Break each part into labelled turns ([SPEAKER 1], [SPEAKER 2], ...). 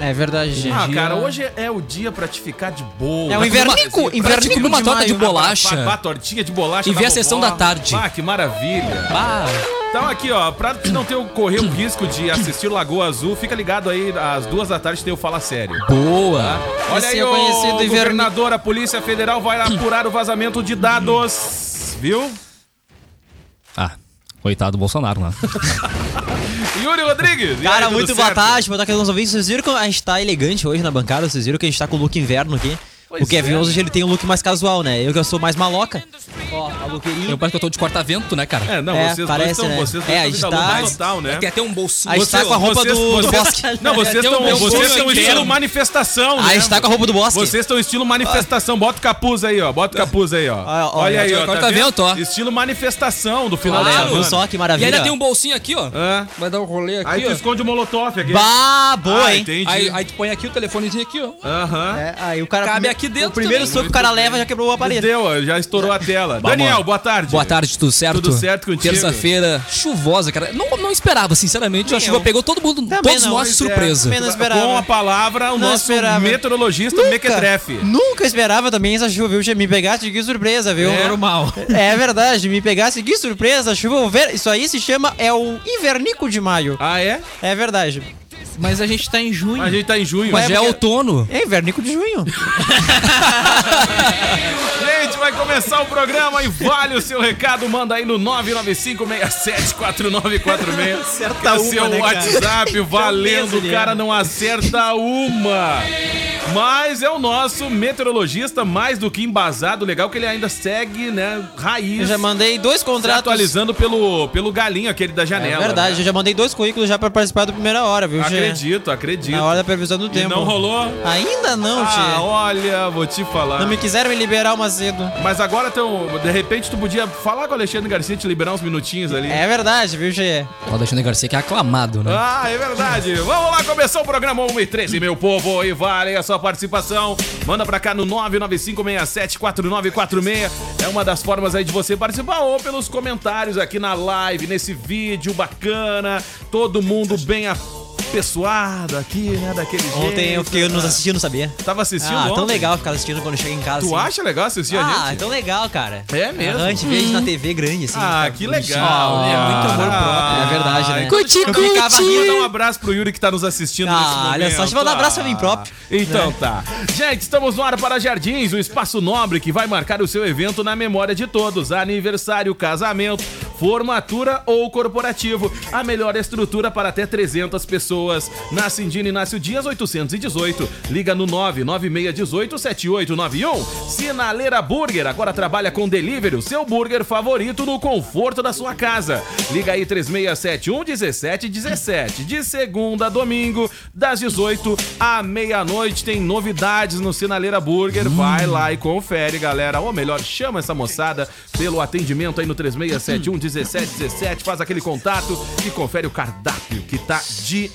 [SPEAKER 1] É verdade, gente.
[SPEAKER 2] Ah,
[SPEAKER 3] Dia-
[SPEAKER 2] cara, hoje é o dia pra te ficar de boa.
[SPEAKER 1] É um
[SPEAKER 2] Pra
[SPEAKER 1] invernico,
[SPEAKER 2] comer-
[SPEAKER 1] invernico
[SPEAKER 4] comer uma torta de
[SPEAKER 1] demais,
[SPEAKER 4] bolacha.
[SPEAKER 2] Pá, tortinha de bolacha.
[SPEAKER 4] E
[SPEAKER 2] da
[SPEAKER 4] ver a sessão
[SPEAKER 2] vovó.
[SPEAKER 4] da tarde.
[SPEAKER 2] Ah, que maravilha.
[SPEAKER 4] Ah,
[SPEAKER 2] Então aqui, ó, pra não ter, o- correr o risco de assistir Lagoa Azul, fica ligado aí, às duas da tarde tem o Fala Sério. Tá?
[SPEAKER 4] boa.
[SPEAKER 2] Olha
[SPEAKER 1] Esse
[SPEAKER 2] aí,
[SPEAKER 1] é
[SPEAKER 2] o
[SPEAKER 1] conhecido
[SPEAKER 2] governador,
[SPEAKER 1] inverno-
[SPEAKER 2] a Polícia Federal vai apurar o vazamento de dados, viu?
[SPEAKER 4] Ah, coitado do Bolsonaro, né?
[SPEAKER 2] Yuri Rodrigues. e aí,
[SPEAKER 1] Cara,
[SPEAKER 2] tudo
[SPEAKER 1] muito boa
[SPEAKER 2] certo?
[SPEAKER 1] tarde, boa tarde aos nossos ouvintes. Vocês viram que a gente tá elegante hoje na bancada? Vocês viram que a gente tá com o look inverno aqui? o Kevin
[SPEAKER 2] é.
[SPEAKER 1] hoje ele tem um look mais casual, né? Eu que eu sou mais maloca. Ó, a
[SPEAKER 4] Eu
[SPEAKER 1] lookerinha.
[SPEAKER 4] parece que eu tô de corta-vento, né, cara?
[SPEAKER 2] É, não,
[SPEAKER 1] É,
[SPEAKER 2] vocês
[SPEAKER 1] parece,
[SPEAKER 2] dois estão,
[SPEAKER 1] né?
[SPEAKER 2] vocês dois
[SPEAKER 1] É,
[SPEAKER 2] estão
[SPEAKER 1] a
[SPEAKER 2] vida
[SPEAKER 1] gente tá-
[SPEAKER 2] louca total, né?
[SPEAKER 4] Tem até um bolsinho.
[SPEAKER 1] A gente tá com a roupa
[SPEAKER 2] vocês-
[SPEAKER 1] do, do
[SPEAKER 2] vocês-
[SPEAKER 1] bosque.
[SPEAKER 2] Não, vocês
[SPEAKER 4] Tem um
[SPEAKER 2] estão
[SPEAKER 4] meu
[SPEAKER 2] vocês
[SPEAKER 4] bolso
[SPEAKER 2] estão
[SPEAKER 4] inteiro.
[SPEAKER 2] estilo manifestação,
[SPEAKER 1] A
[SPEAKER 2] né?
[SPEAKER 1] gente tá com a roupa do bosque.
[SPEAKER 2] Vocês estão estilo manifestação. Bota o capuz aí, ó. Bota o capuz aí, ó.
[SPEAKER 1] Ah, ó,
[SPEAKER 2] Olha aí, ó.
[SPEAKER 4] agora
[SPEAKER 2] tá
[SPEAKER 4] tá
[SPEAKER 2] vendo?
[SPEAKER 4] vento, ó.
[SPEAKER 2] Estilo manifestação do final
[SPEAKER 4] Claro.
[SPEAKER 2] da
[SPEAKER 1] Olha
[SPEAKER 2] semana.
[SPEAKER 1] só que
[SPEAKER 4] E
[SPEAKER 1] maravilha.
[SPEAKER 4] ainda tem um bolsinho aqui, ó.
[SPEAKER 2] Hã?
[SPEAKER 4] Vai dar um rolê
[SPEAKER 2] Aí
[SPEAKER 4] aqui,
[SPEAKER 2] tu
[SPEAKER 4] ó.
[SPEAKER 2] esconde o molotov aqui.
[SPEAKER 1] Bah, boa,
[SPEAKER 2] Ah,
[SPEAKER 1] hein?
[SPEAKER 2] entendi.
[SPEAKER 4] Aí, aí tu põe aqui o telefonezinho aqui, ó.
[SPEAKER 2] Aham.
[SPEAKER 1] É, aí o cara.
[SPEAKER 4] Cabe aqui dentro
[SPEAKER 1] O primeiro
[SPEAKER 4] também.
[SPEAKER 1] soco que o cara leva já quebrou o aparelho.
[SPEAKER 2] Deu, ó, já estourou a tela. Daniel, boa tarde.
[SPEAKER 4] Boa tarde, tudo certo?
[SPEAKER 2] Tudo certo contigo?
[SPEAKER 4] Terça-feira chuvosa, cara. Não, não esperava, sinceramente. a
[SPEAKER 1] Nem
[SPEAKER 4] chuva
[SPEAKER 1] eu.
[SPEAKER 4] pegou todo mundo,
[SPEAKER 1] Também
[SPEAKER 4] todos
[SPEAKER 1] não,
[SPEAKER 4] nós de
[SPEAKER 2] Pois é.
[SPEAKER 4] surpresa.
[SPEAKER 1] Também não esperava.
[SPEAKER 2] Com a palavra, o
[SPEAKER 1] Não
[SPEAKER 2] nosso
[SPEAKER 1] esperava.
[SPEAKER 2] meteorologista Mequetrefe.
[SPEAKER 1] Nunca esperava também essa chuva, viu? Me pegasse de surpresa, viu?
[SPEAKER 2] É.
[SPEAKER 3] Normal.
[SPEAKER 1] É verdade, me pegasse de surpresa, chuva. over- Isso aí se chama é o invernico de maio.
[SPEAKER 2] Ah, é?
[SPEAKER 1] É verdade.
[SPEAKER 3] Mas a gente tá em junho.
[SPEAKER 2] A gente tá em junho.
[SPEAKER 4] Mas já é
[SPEAKER 1] porque-
[SPEAKER 4] outono.
[SPEAKER 1] É invernico de junho.
[SPEAKER 2] Gente, vai começar o programa e vale o seu recado. Manda aí no 995674946.
[SPEAKER 1] Acerta
[SPEAKER 2] Que é seu
[SPEAKER 1] uma, né, cara?
[SPEAKER 2] WhatsApp valendo.
[SPEAKER 1] mesmo,
[SPEAKER 2] O cara não acerta uma. Mas é o nosso meteorologista mais do que embasado. Legal que ele ainda segue, né,
[SPEAKER 1] Eu
[SPEAKER 2] raiz.
[SPEAKER 1] já mandei dois
[SPEAKER 2] se
[SPEAKER 1] contratos.
[SPEAKER 2] atualizando pelo, pelo galinho, aquele da
[SPEAKER 1] É
[SPEAKER 2] janela.
[SPEAKER 1] verdade,
[SPEAKER 2] né?
[SPEAKER 1] eu já mandei dois currículos já pra participar da primeira hora, viu, Gê?
[SPEAKER 2] Acredito, acredito.
[SPEAKER 1] Na hora da previsão do
[SPEAKER 2] e
[SPEAKER 1] tempo.
[SPEAKER 2] não rolou?
[SPEAKER 1] Ainda não,
[SPEAKER 2] Ah,
[SPEAKER 1] Gê.
[SPEAKER 2] olha, vou te falar.
[SPEAKER 1] Não me quiseram me liberar o cedo.
[SPEAKER 2] Mas agora, tão, de repente, tu podia falar com o Alexandre Garcia e te liberar uns minutinhos ali.
[SPEAKER 1] É verdade, viu, Gê?
[SPEAKER 4] O Alexandre Garcia que é aclamado, né?
[SPEAKER 2] Ah, é verdade. Vamos lá, começou o programa 1 e 13, meu povo. E vale a sua participação. Manda pra cá no 995674946. É uma das formas aí de você participar ou pelos comentários aqui na live, nesse vídeo bacana. Todo mundo bem a apessoada aqui, né? Daquele jeito.
[SPEAKER 1] Ontem eu fiquei nos assistindo, não sabia?
[SPEAKER 2] Tava Tá assistindo
[SPEAKER 1] ah,
[SPEAKER 2] ontem.
[SPEAKER 1] tão legal ficar assistindo quando eu chego em casa.
[SPEAKER 2] Tu
[SPEAKER 1] assim.
[SPEAKER 2] acha legal assistir
[SPEAKER 1] Ah,
[SPEAKER 2] a gente?
[SPEAKER 1] tão legal, cara.
[SPEAKER 2] É mesmo?
[SPEAKER 1] Aham, A gente vê a gente na TV grande, assim.
[SPEAKER 2] Ah,
[SPEAKER 1] cara,
[SPEAKER 2] que
[SPEAKER 1] bonitinho.
[SPEAKER 2] legal.
[SPEAKER 1] Ah,
[SPEAKER 2] né?
[SPEAKER 1] muito amor
[SPEAKER 2] Ah,
[SPEAKER 1] próprio, é verdade, né?
[SPEAKER 4] Cuti,
[SPEAKER 1] Eu ficava
[SPEAKER 4] cuti.
[SPEAKER 1] rindo,
[SPEAKER 2] Dá um abraço pro Yuri que tá nos assistindo
[SPEAKER 1] Ah,
[SPEAKER 2] nesse momento.
[SPEAKER 1] olha só, deixa eu mandar um abraço pra mim próprio. Né?
[SPEAKER 2] Então tá. Gente, estamos no ar para Jardins, o espaço nobre que vai marcar o seu evento na memória de todos. Aniversário, casamento, formatura ou corporativo. A melhor estrutura para até 300 pessoas. Na Cindina Inácio Dias 818. Liga no 99618 7891. Sinaleira Burger agora trabalha com delivery, o seu burger favorito no conforto da sua casa. Liga aí 3671 1717. De segunda a domingo, das 18 à meia-noite, tem novidades no Sinaleira Burger. Vai lá e confere, galera. Ou melhor, chama essa moçada pelo atendimento aí no 3671 1717. Faz aquele contato e confere o cardápio, que tá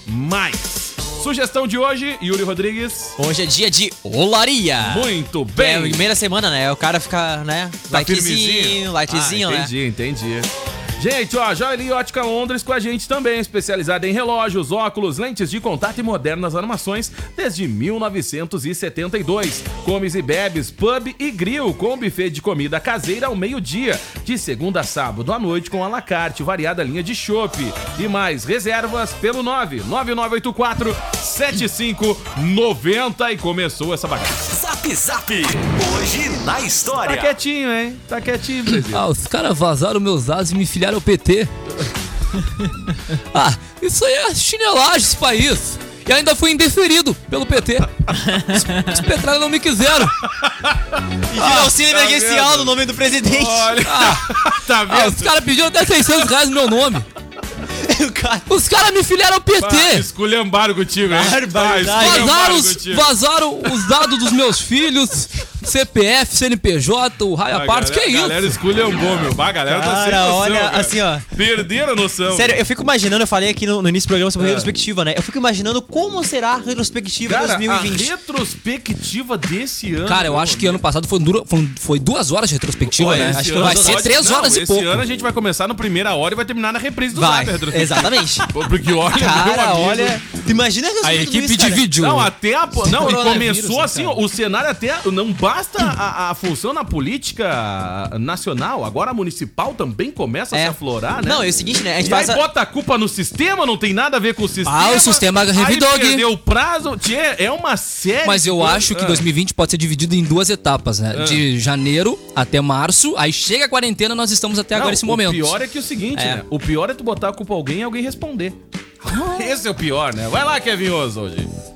[SPEAKER 2] demais. Sugestão de hoje, Yuri Rodrigues.
[SPEAKER 1] Hoje é dia de olaria.
[SPEAKER 2] Muito
[SPEAKER 1] É,
[SPEAKER 2] bem.
[SPEAKER 1] primeira semana, né? O cara fica, né?
[SPEAKER 2] Tá
[SPEAKER 1] likezinho,
[SPEAKER 2] firmezinho?
[SPEAKER 1] likezinho,
[SPEAKER 2] Ah,
[SPEAKER 1] né?
[SPEAKER 2] entendi, entendi. Gente, ó, Joalheria Ótica Londres com a gente também, especializada em relógios, óculos, lentes de contato e modernas armações desde 1972. Comes e bebes, pub e grill, com buffet de comida caseira ao meio-dia, de segunda a sábado à noite com alacarte, variada linha de chopp. E mais reservas pelo 99984 7590 e começou essa bagaça.
[SPEAKER 5] Zap Zap. Hoje na
[SPEAKER 2] Tá
[SPEAKER 5] história.
[SPEAKER 2] quietinho, hein? Tá quietinho, Brasil.
[SPEAKER 4] Ah, os caras vazaram meus dados e me filiaram ao PT. ah, isso aí é chinelagem esse país. E ainda fui indeferido pelo PT. Os, os petralhos não me quiseram.
[SPEAKER 1] E não se lembra
[SPEAKER 2] tá
[SPEAKER 1] esse
[SPEAKER 2] vendo?
[SPEAKER 1] do nome do presidente.
[SPEAKER 2] Olha,
[SPEAKER 4] Ah,
[SPEAKER 2] tá
[SPEAKER 4] ah, os caras pediram até 600 reais no meu nome.
[SPEAKER 1] o cara...
[SPEAKER 4] Os caras me filiaram ao PT.
[SPEAKER 2] Ah, esculhambaram contigo, hein?
[SPEAKER 1] Barbaridade.
[SPEAKER 2] Ah, esculhambaram
[SPEAKER 4] Vazaram os,
[SPEAKER 2] contigo.
[SPEAKER 4] vazaram os dados dos meus filhos, CPF, CNPJ, o raio
[SPEAKER 2] Ah,
[SPEAKER 4] à parte, que é
[SPEAKER 2] galera-
[SPEAKER 4] isso?
[SPEAKER 2] galera esculhambou, meu. Bah, a galera tá sem
[SPEAKER 1] Cara,
[SPEAKER 2] noção,
[SPEAKER 1] olha,
[SPEAKER 2] cara.
[SPEAKER 1] assim, ó.
[SPEAKER 2] Perderam a noção.
[SPEAKER 1] Sério, eu fico imaginando, eu falei aqui no, no início do programa sobre retrospectiva, né? Eu fico imaginando como será a retrospectiva
[SPEAKER 2] É. Cara,
[SPEAKER 1] 2020.
[SPEAKER 2] a retrospectiva desse ano...
[SPEAKER 4] Cara, eu acho que ano passado foi, dura- foi- um- foi duas horas de retrospectiva,
[SPEAKER 1] Foi,
[SPEAKER 4] né?
[SPEAKER 1] esse
[SPEAKER 4] Acho que
[SPEAKER 1] ano
[SPEAKER 4] vai
[SPEAKER 1] só
[SPEAKER 4] ser
[SPEAKER 1] pode-
[SPEAKER 4] três
[SPEAKER 2] Não,
[SPEAKER 4] horas e
[SPEAKER 2] esse
[SPEAKER 4] pouco.
[SPEAKER 2] ano a gente vai começar no primeira hora e vai terminar na reprise do
[SPEAKER 1] Vai,
[SPEAKER 2] Zap, é a retrospectiva.
[SPEAKER 1] exatamente.
[SPEAKER 2] Porque olha, meu
[SPEAKER 1] Cara,
[SPEAKER 2] amigo.
[SPEAKER 1] olha. Tu imagina
[SPEAKER 4] A
[SPEAKER 1] resumindo tudo
[SPEAKER 4] equipe
[SPEAKER 1] isso, cara.
[SPEAKER 4] dividiu.
[SPEAKER 2] Não, até a. po- Não, e
[SPEAKER 4] um Coronavírus,
[SPEAKER 2] começou
[SPEAKER 4] né,
[SPEAKER 2] assim,
[SPEAKER 4] cara?
[SPEAKER 2] ó, o cenário até. Não basta a, a função na política nacional, agora a municipal também começa a
[SPEAKER 1] É.
[SPEAKER 2] se aflorar, né?
[SPEAKER 1] Não, é o seguinte, né? A gente
[SPEAKER 2] E aí
[SPEAKER 1] faz a...
[SPEAKER 2] bota a culpa no sistema, não tem nada a ver com o sistema.
[SPEAKER 4] Ah, o sistema
[SPEAKER 2] aí
[SPEAKER 4] revidou, Gui.
[SPEAKER 2] perdeu o prazo. Tchê, é É. uma série.
[SPEAKER 4] Mas eu
[SPEAKER 2] de-
[SPEAKER 4] acho que
[SPEAKER 2] Ah,
[SPEAKER 4] 2020 pode ser dividido em duas etapas, né? De janeiro até março, aí chega a quarentena, nós estamos até agora
[SPEAKER 2] não,
[SPEAKER 4] nesse momento.
[SPEAKER 2] O pior é que é o seguinte,
[SPEAKER 1] É.
[SPEAKER 2] né? O pior é tu botar a culpa a alguém e alguém responder. Esse é o pior, né? Vai lá, Kevin hoje. é-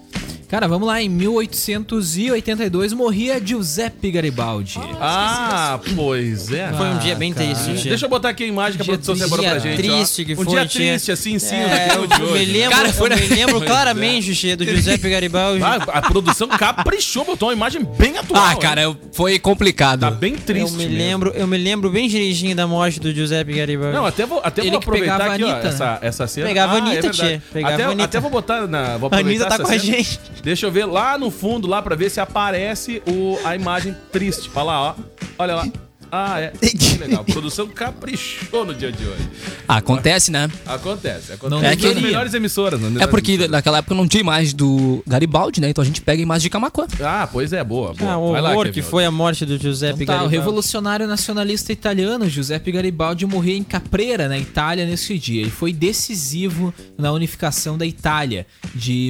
[SPEAKER 3] Cara, vamos lá. Em 1882 morria Giuseppe Garibaldi.
[SPEAKER 2] Ah, pois é.
[SPEAKER 1] Foi um dia bem
[SPEAKER 3] cara.
[SPEAKER 1] triste, um dia.
[SPEAKER 2] Deixa eu botar aqui a imagem que a
[SPEAKER 3] Dia
[SPEAKER 2] produção
[SPEAKER 3] triste.
[SPEAKER 2] separou pra
[SPEAKER 1] Dia
[SPEAKER 2] gente.
[SPEAKER 1] triste
[SPEAKER 2] ó.
[SPEAKER 1] que
[SPEAKER 2] um
[SPEAKER 1] foi,
[SPEAKER 2] dia
[SPEAKER 1] um dia-
[SPEAKER 2] triste, assim, sim,
[SPEAKER 1] É,
[SPEAKER 2] daquele
[SPEAKER 1] eu,
[SPEAKER 2] de
[SPEAKER 1] me
[SPEAKER 2] hoje.
[SPEAKER 1] lembro,
[SPEAKER 4] Cara, foi
[SPEAKER 1] eu
[SPEAKER 4] na-
[SPEAKER 1] me lembro
[SPEAKER 4] Pois é.
[SPEAKER 1] claramente, Xê, do Giuseppe Garibaldi.
[SPEAKER 2] Ah, a produção caprichou, botou uma imagem bem atual.
[SPEAKER 4] Ah,
[SPEAKER 2] hein?
[SPEAKER 4] cara, eu- foi complicado.
[SPEAKER 2] Tá bem triste.
[SPEAKER 1] eu me
[SPEAKER 2] mesmo.
[SPEAKER 1] lembro, eu me lembro bem direitinho da morte do Giuseppe Garibaldi.
[SPEAKER 2] Não, até vou, até
[SPEAKER 3] Ele
[SPEAKER 2] vou
[SPEAKER 3] que
[SPEAKER 2] aproveitar
[SPEAKER 3] pegava
[SPEAKER 2] aqui,
[SPEAKER 3] a
[SPEAKER 2] ó,
[SPEAKER 3] Anitta,
[SPEAKER 2] essa, essa cena. Ah, é
[SPEAKER 1] Pegava a Anitta,
[SPEAKER 2] verdade.
[SPEAKER 1] tia. Pegava
[SPEAKER 2] até,
[SPEAKER 1] a Anitta.
[SPEAKER 2] até vou botar na. Vou
[SPEAKER 1] A Anitta
[SPEAKER 2] aproveitar
[SPEAKER 1] tá
[SPEAKER 2] essa
[SPEAKER 1] com a
[SPEAKER 2] cena.
[SPEAKER 1] gente.
[SPEAKER 2] Deixa eu ver lá no fundo, lá pra ver se aparece o, a imagem triste. Olha lá, ó. Olha lá. Ah, é. Que legal. A produção caprichou no dia de hoje.
[SPEAKER 4] Acontece, né?
[SPEAKER 2] Acontece,
[SPEAKER 3] Não
[SPEAKER 2] acontece.
[SPEAKER 4] deveria.
[SPEAKER 2] Nas melhores emissoras, né?
[SPEAKER 4] É porque naquela época não tinha imagem do Garibaldi, né? Então a gente pega a imagem de Camacuã.
[SPEAKER 2] Ah, pois é, boa. boa.
[SPEAKER 1] Ah, o
[SPEAKER 2] Vai lá,
[SPEAKER 1] horror que
[SPEAKER 2] Kevin.
[SPEAKER 1] foi a morte do Giuseppe
[SPEAKER 3] Então tá, o
[SPEAKER 1] Garibaldi.
[SPEAKER 3] revolucionário nacionalista italiano Giuseppe Garibaldi morreu em Caprera, na Itália, nesse dia. Ele foi decisivo na unificação da Itália. De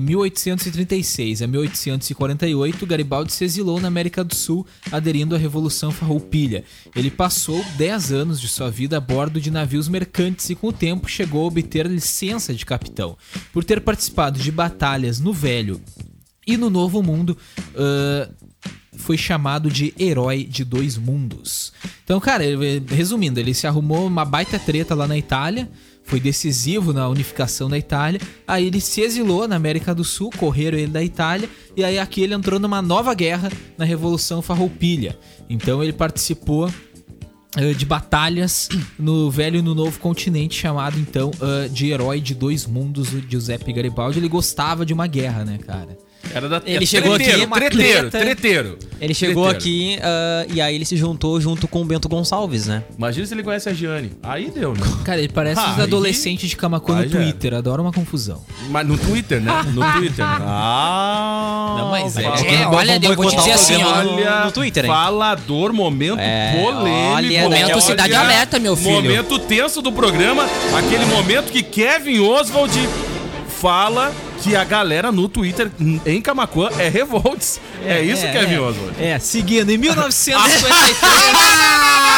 [SPEAKER 3] 1836 a 1848, Garibaldi se exilou na América do Sul, aderindo à Revolução Farroupilha. Ele passou 10 anos de sua vida a bordo de navios mercantes e com o tempo chegou a obter licença de capitão. Por ter participado de batalhas no Velho e no Novo Mundo, ahn, foi chamado de herói de dois mundos. Então, cara, ele- resumindo, ele se arrumou uma baita treta lá na Itália, foi decisivo na unificação da Itália, aí ele se exilou na América do Sul, correram ele da Itália, e aí aqui ele entrou numa nova guerra na Revolução Farroupilha. Então ele participou eh, de batalhas no velho e no novo continente, chamado então eh, de herói de dois mundos, o Giuseppe Garibaldi. Ele gostava de uma guerra, né, cara?
[SPEAKER 2] Era da
[SPEAKER 1] Ele chegou aqui,
[SPEAKER 2] treteiro,
[SPEAKER 1] uma
[SPEAKER 2] treteiro,
[SPEAKER 1] treta.
[SPEAKER 2] treteiro.
[SPEAKER 1] Ele chegou
[SPEAKER 2] Treteiro.
[SPEAKER 1] aqui ah, e aí ele se juntou junto com o Bento Gonçalves, né?
[SPEAKER 2] Imagina se ele conhece a Giane. Aí deu, né?
[SPEAKER 3] Cara, ele parece
[SPEAKER 2] Ah,
[SPEAKER 3] os
[SPEAKER 2] aí-
[SPEAKER 3] adolescentes de Camacuã
[SPEAKER 2] aí
[SPEAKER 3] no
[SPEAKER 2] já era.
[SPEAKER 3] Twitter. Adora uma confusão.
[SPEAKER 2] Mas no Twitter, né? No Twitter. né? Ah!
[SPEAKER 3] Não, mas é-
[SPEAKER 2] fala-
[SPEAKER 3] é-
[SPEAKER 4] olha, eu vou te dizer assim, ó.
[SPEAKER 2] Olha,
[SPEAKER 1] no Twitter, hein?
[SPEAKER 2] falador, momento
[SPEAKER 1] É,
[SPEAKER 2] polêmico.
[SPEAKER 1] olha, Momento
[SPEAKER 2] olha,
[SPEAKER 4] Cidade Alerta, meu filho.
[SPEAKER 2] Momento tenso do programa, aquele momento que Kevin Oswald fala que a galera no Twitter em Camacuã é revolts. É, isso, Kevin Oswald?
[SPEAKER 3] É, seguindo, em 1953.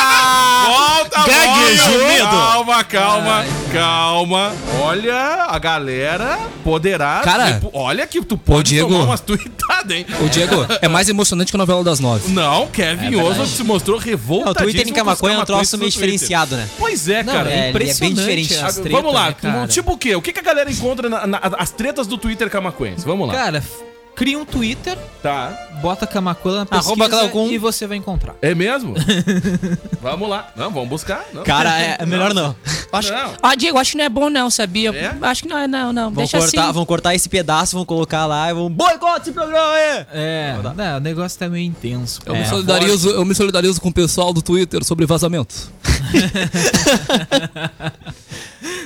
[SPEAKER 2] Volta,
[SPEAKER 1] Gaguejou.
[SPEAKER 2] volta.
[SPEAKER 1] Medo.
[SPEAKER 2] Calma, calma, calma. Olha, a galera poderá...
[SPEAKER 4] Cara,
[SPEAKER 2] tipo, olha que tu pode
[SPEAKER 4] Diego.
[SPEAKER 2] tomar umas tuitadas, hein?
[SPEAKER 4] Ô, Diego, é mais emocionante que a novela das nove.
[SPEAKER 2] Não, Kevin Oswald se mostrou
[SPEAKER 1] É
[SPEAKER 2] revoltadíssimo.
[SPEAKER 1] Não, o Twitter em
[SPEAKER 2] com os
[SPEAKER 1] Camacuã é um
[SPEAKER 2] camacuenses
[SPEAKER 1] troço
[SPEAKER 2] no
[SPEAKER 1] meio
[SPEAKER 2] Twitter.
[SPEAKER 1] diferenciado, né?
[SPEAKER 2] Pois é, cara.
[SPEAKER 1] é, ele bem diferente.
[SPEAKER 3] as
[SPEAKER 2] Ah,
[SPEAKER 3] tretas,
[SPEAKER 2] Vamos lá,
[SPEAKER 3] né, cara?
[SPEAKER 2] tipo o quê? O que, que a galera encontra na- na- as tretas do Twitter camacuense? Vamos lá.
[SPEAKER 3] Cara, f- cria um Twitter,
[SPEAKER 2] Tá.
[SPEAKER 3] bota Camacuã na pesquisa
[SPEAKER 1] Arroba Claucum.
[SPEAKER 3] e você vai encontrar.
[SPEAKER 2] É mesmo? vamos lá. Não, vamos buscar. Não.
[SPEAKER 1] Cara, é é melhor não. Acho
[SPEAKER 2] Não.
[SPEAKER 4] Ah, Diego, acho que não é bom não, sabia?
[SPEAKER 2] É?
[SPEAKER 4] Acho que não é não, não.
[SPEAKER 1] Vão
[SPEAKER 4] Deixa
[SPEAKER 1] cortar,
[SPEAKER 4] assim.
[SPEAKER 1] vão cortar esse pedaço, vão colocar lá e vão boicotar esse programa aí!
[SPEAKER 3] É, não, o negócio tá meio intenso.
[SPEAKER 4] Eu,
[SPEAKER 3] cara.
[SPEAKER 4] me solidarizo, eu me solidarizo com o pessoal do Twitter sobre vazamento.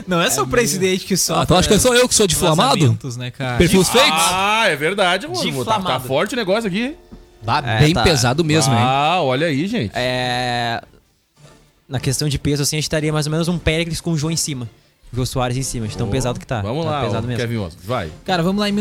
[SPEAKER 3] Não é só o presidente que só.
[SPEAKER 4] Ah, tu acha que sou eu que sou diflamado?
[SPEAKER 3] Né, cara?
[SPEAKER 4] Perfis fakes?
[SPEAKER 2] Ah, é verdade, mano. Tá, tá
[SPEAKER 3] Diflamado.
[SPEAKER 2] forte o negócio aqui.
[SPEAKER 1] Bah,
[SPEAKER 4] É, Bem pesado mesmo, hein?
[SPEAKER 2] Ah, olha aí, gente.
[SPEAKER 1] É. Na questão de peso, assim, a gente estaria mais ou menos um Péricles com o João em cima. O João Soares em cima, de tão pesado que tá.
[SPEAKER 2] Vamos
[SPEAKER 1] Tá
[SPEAKER 2] lá,
[SPEAKER 1] pesado
[SPEAKER 2] ô,
[SPEAKER 1] mesmo.
[SPEAKER 2] Kevin Oswald. Vai.
[SPEAKER 3] Cara, vamos lá. Em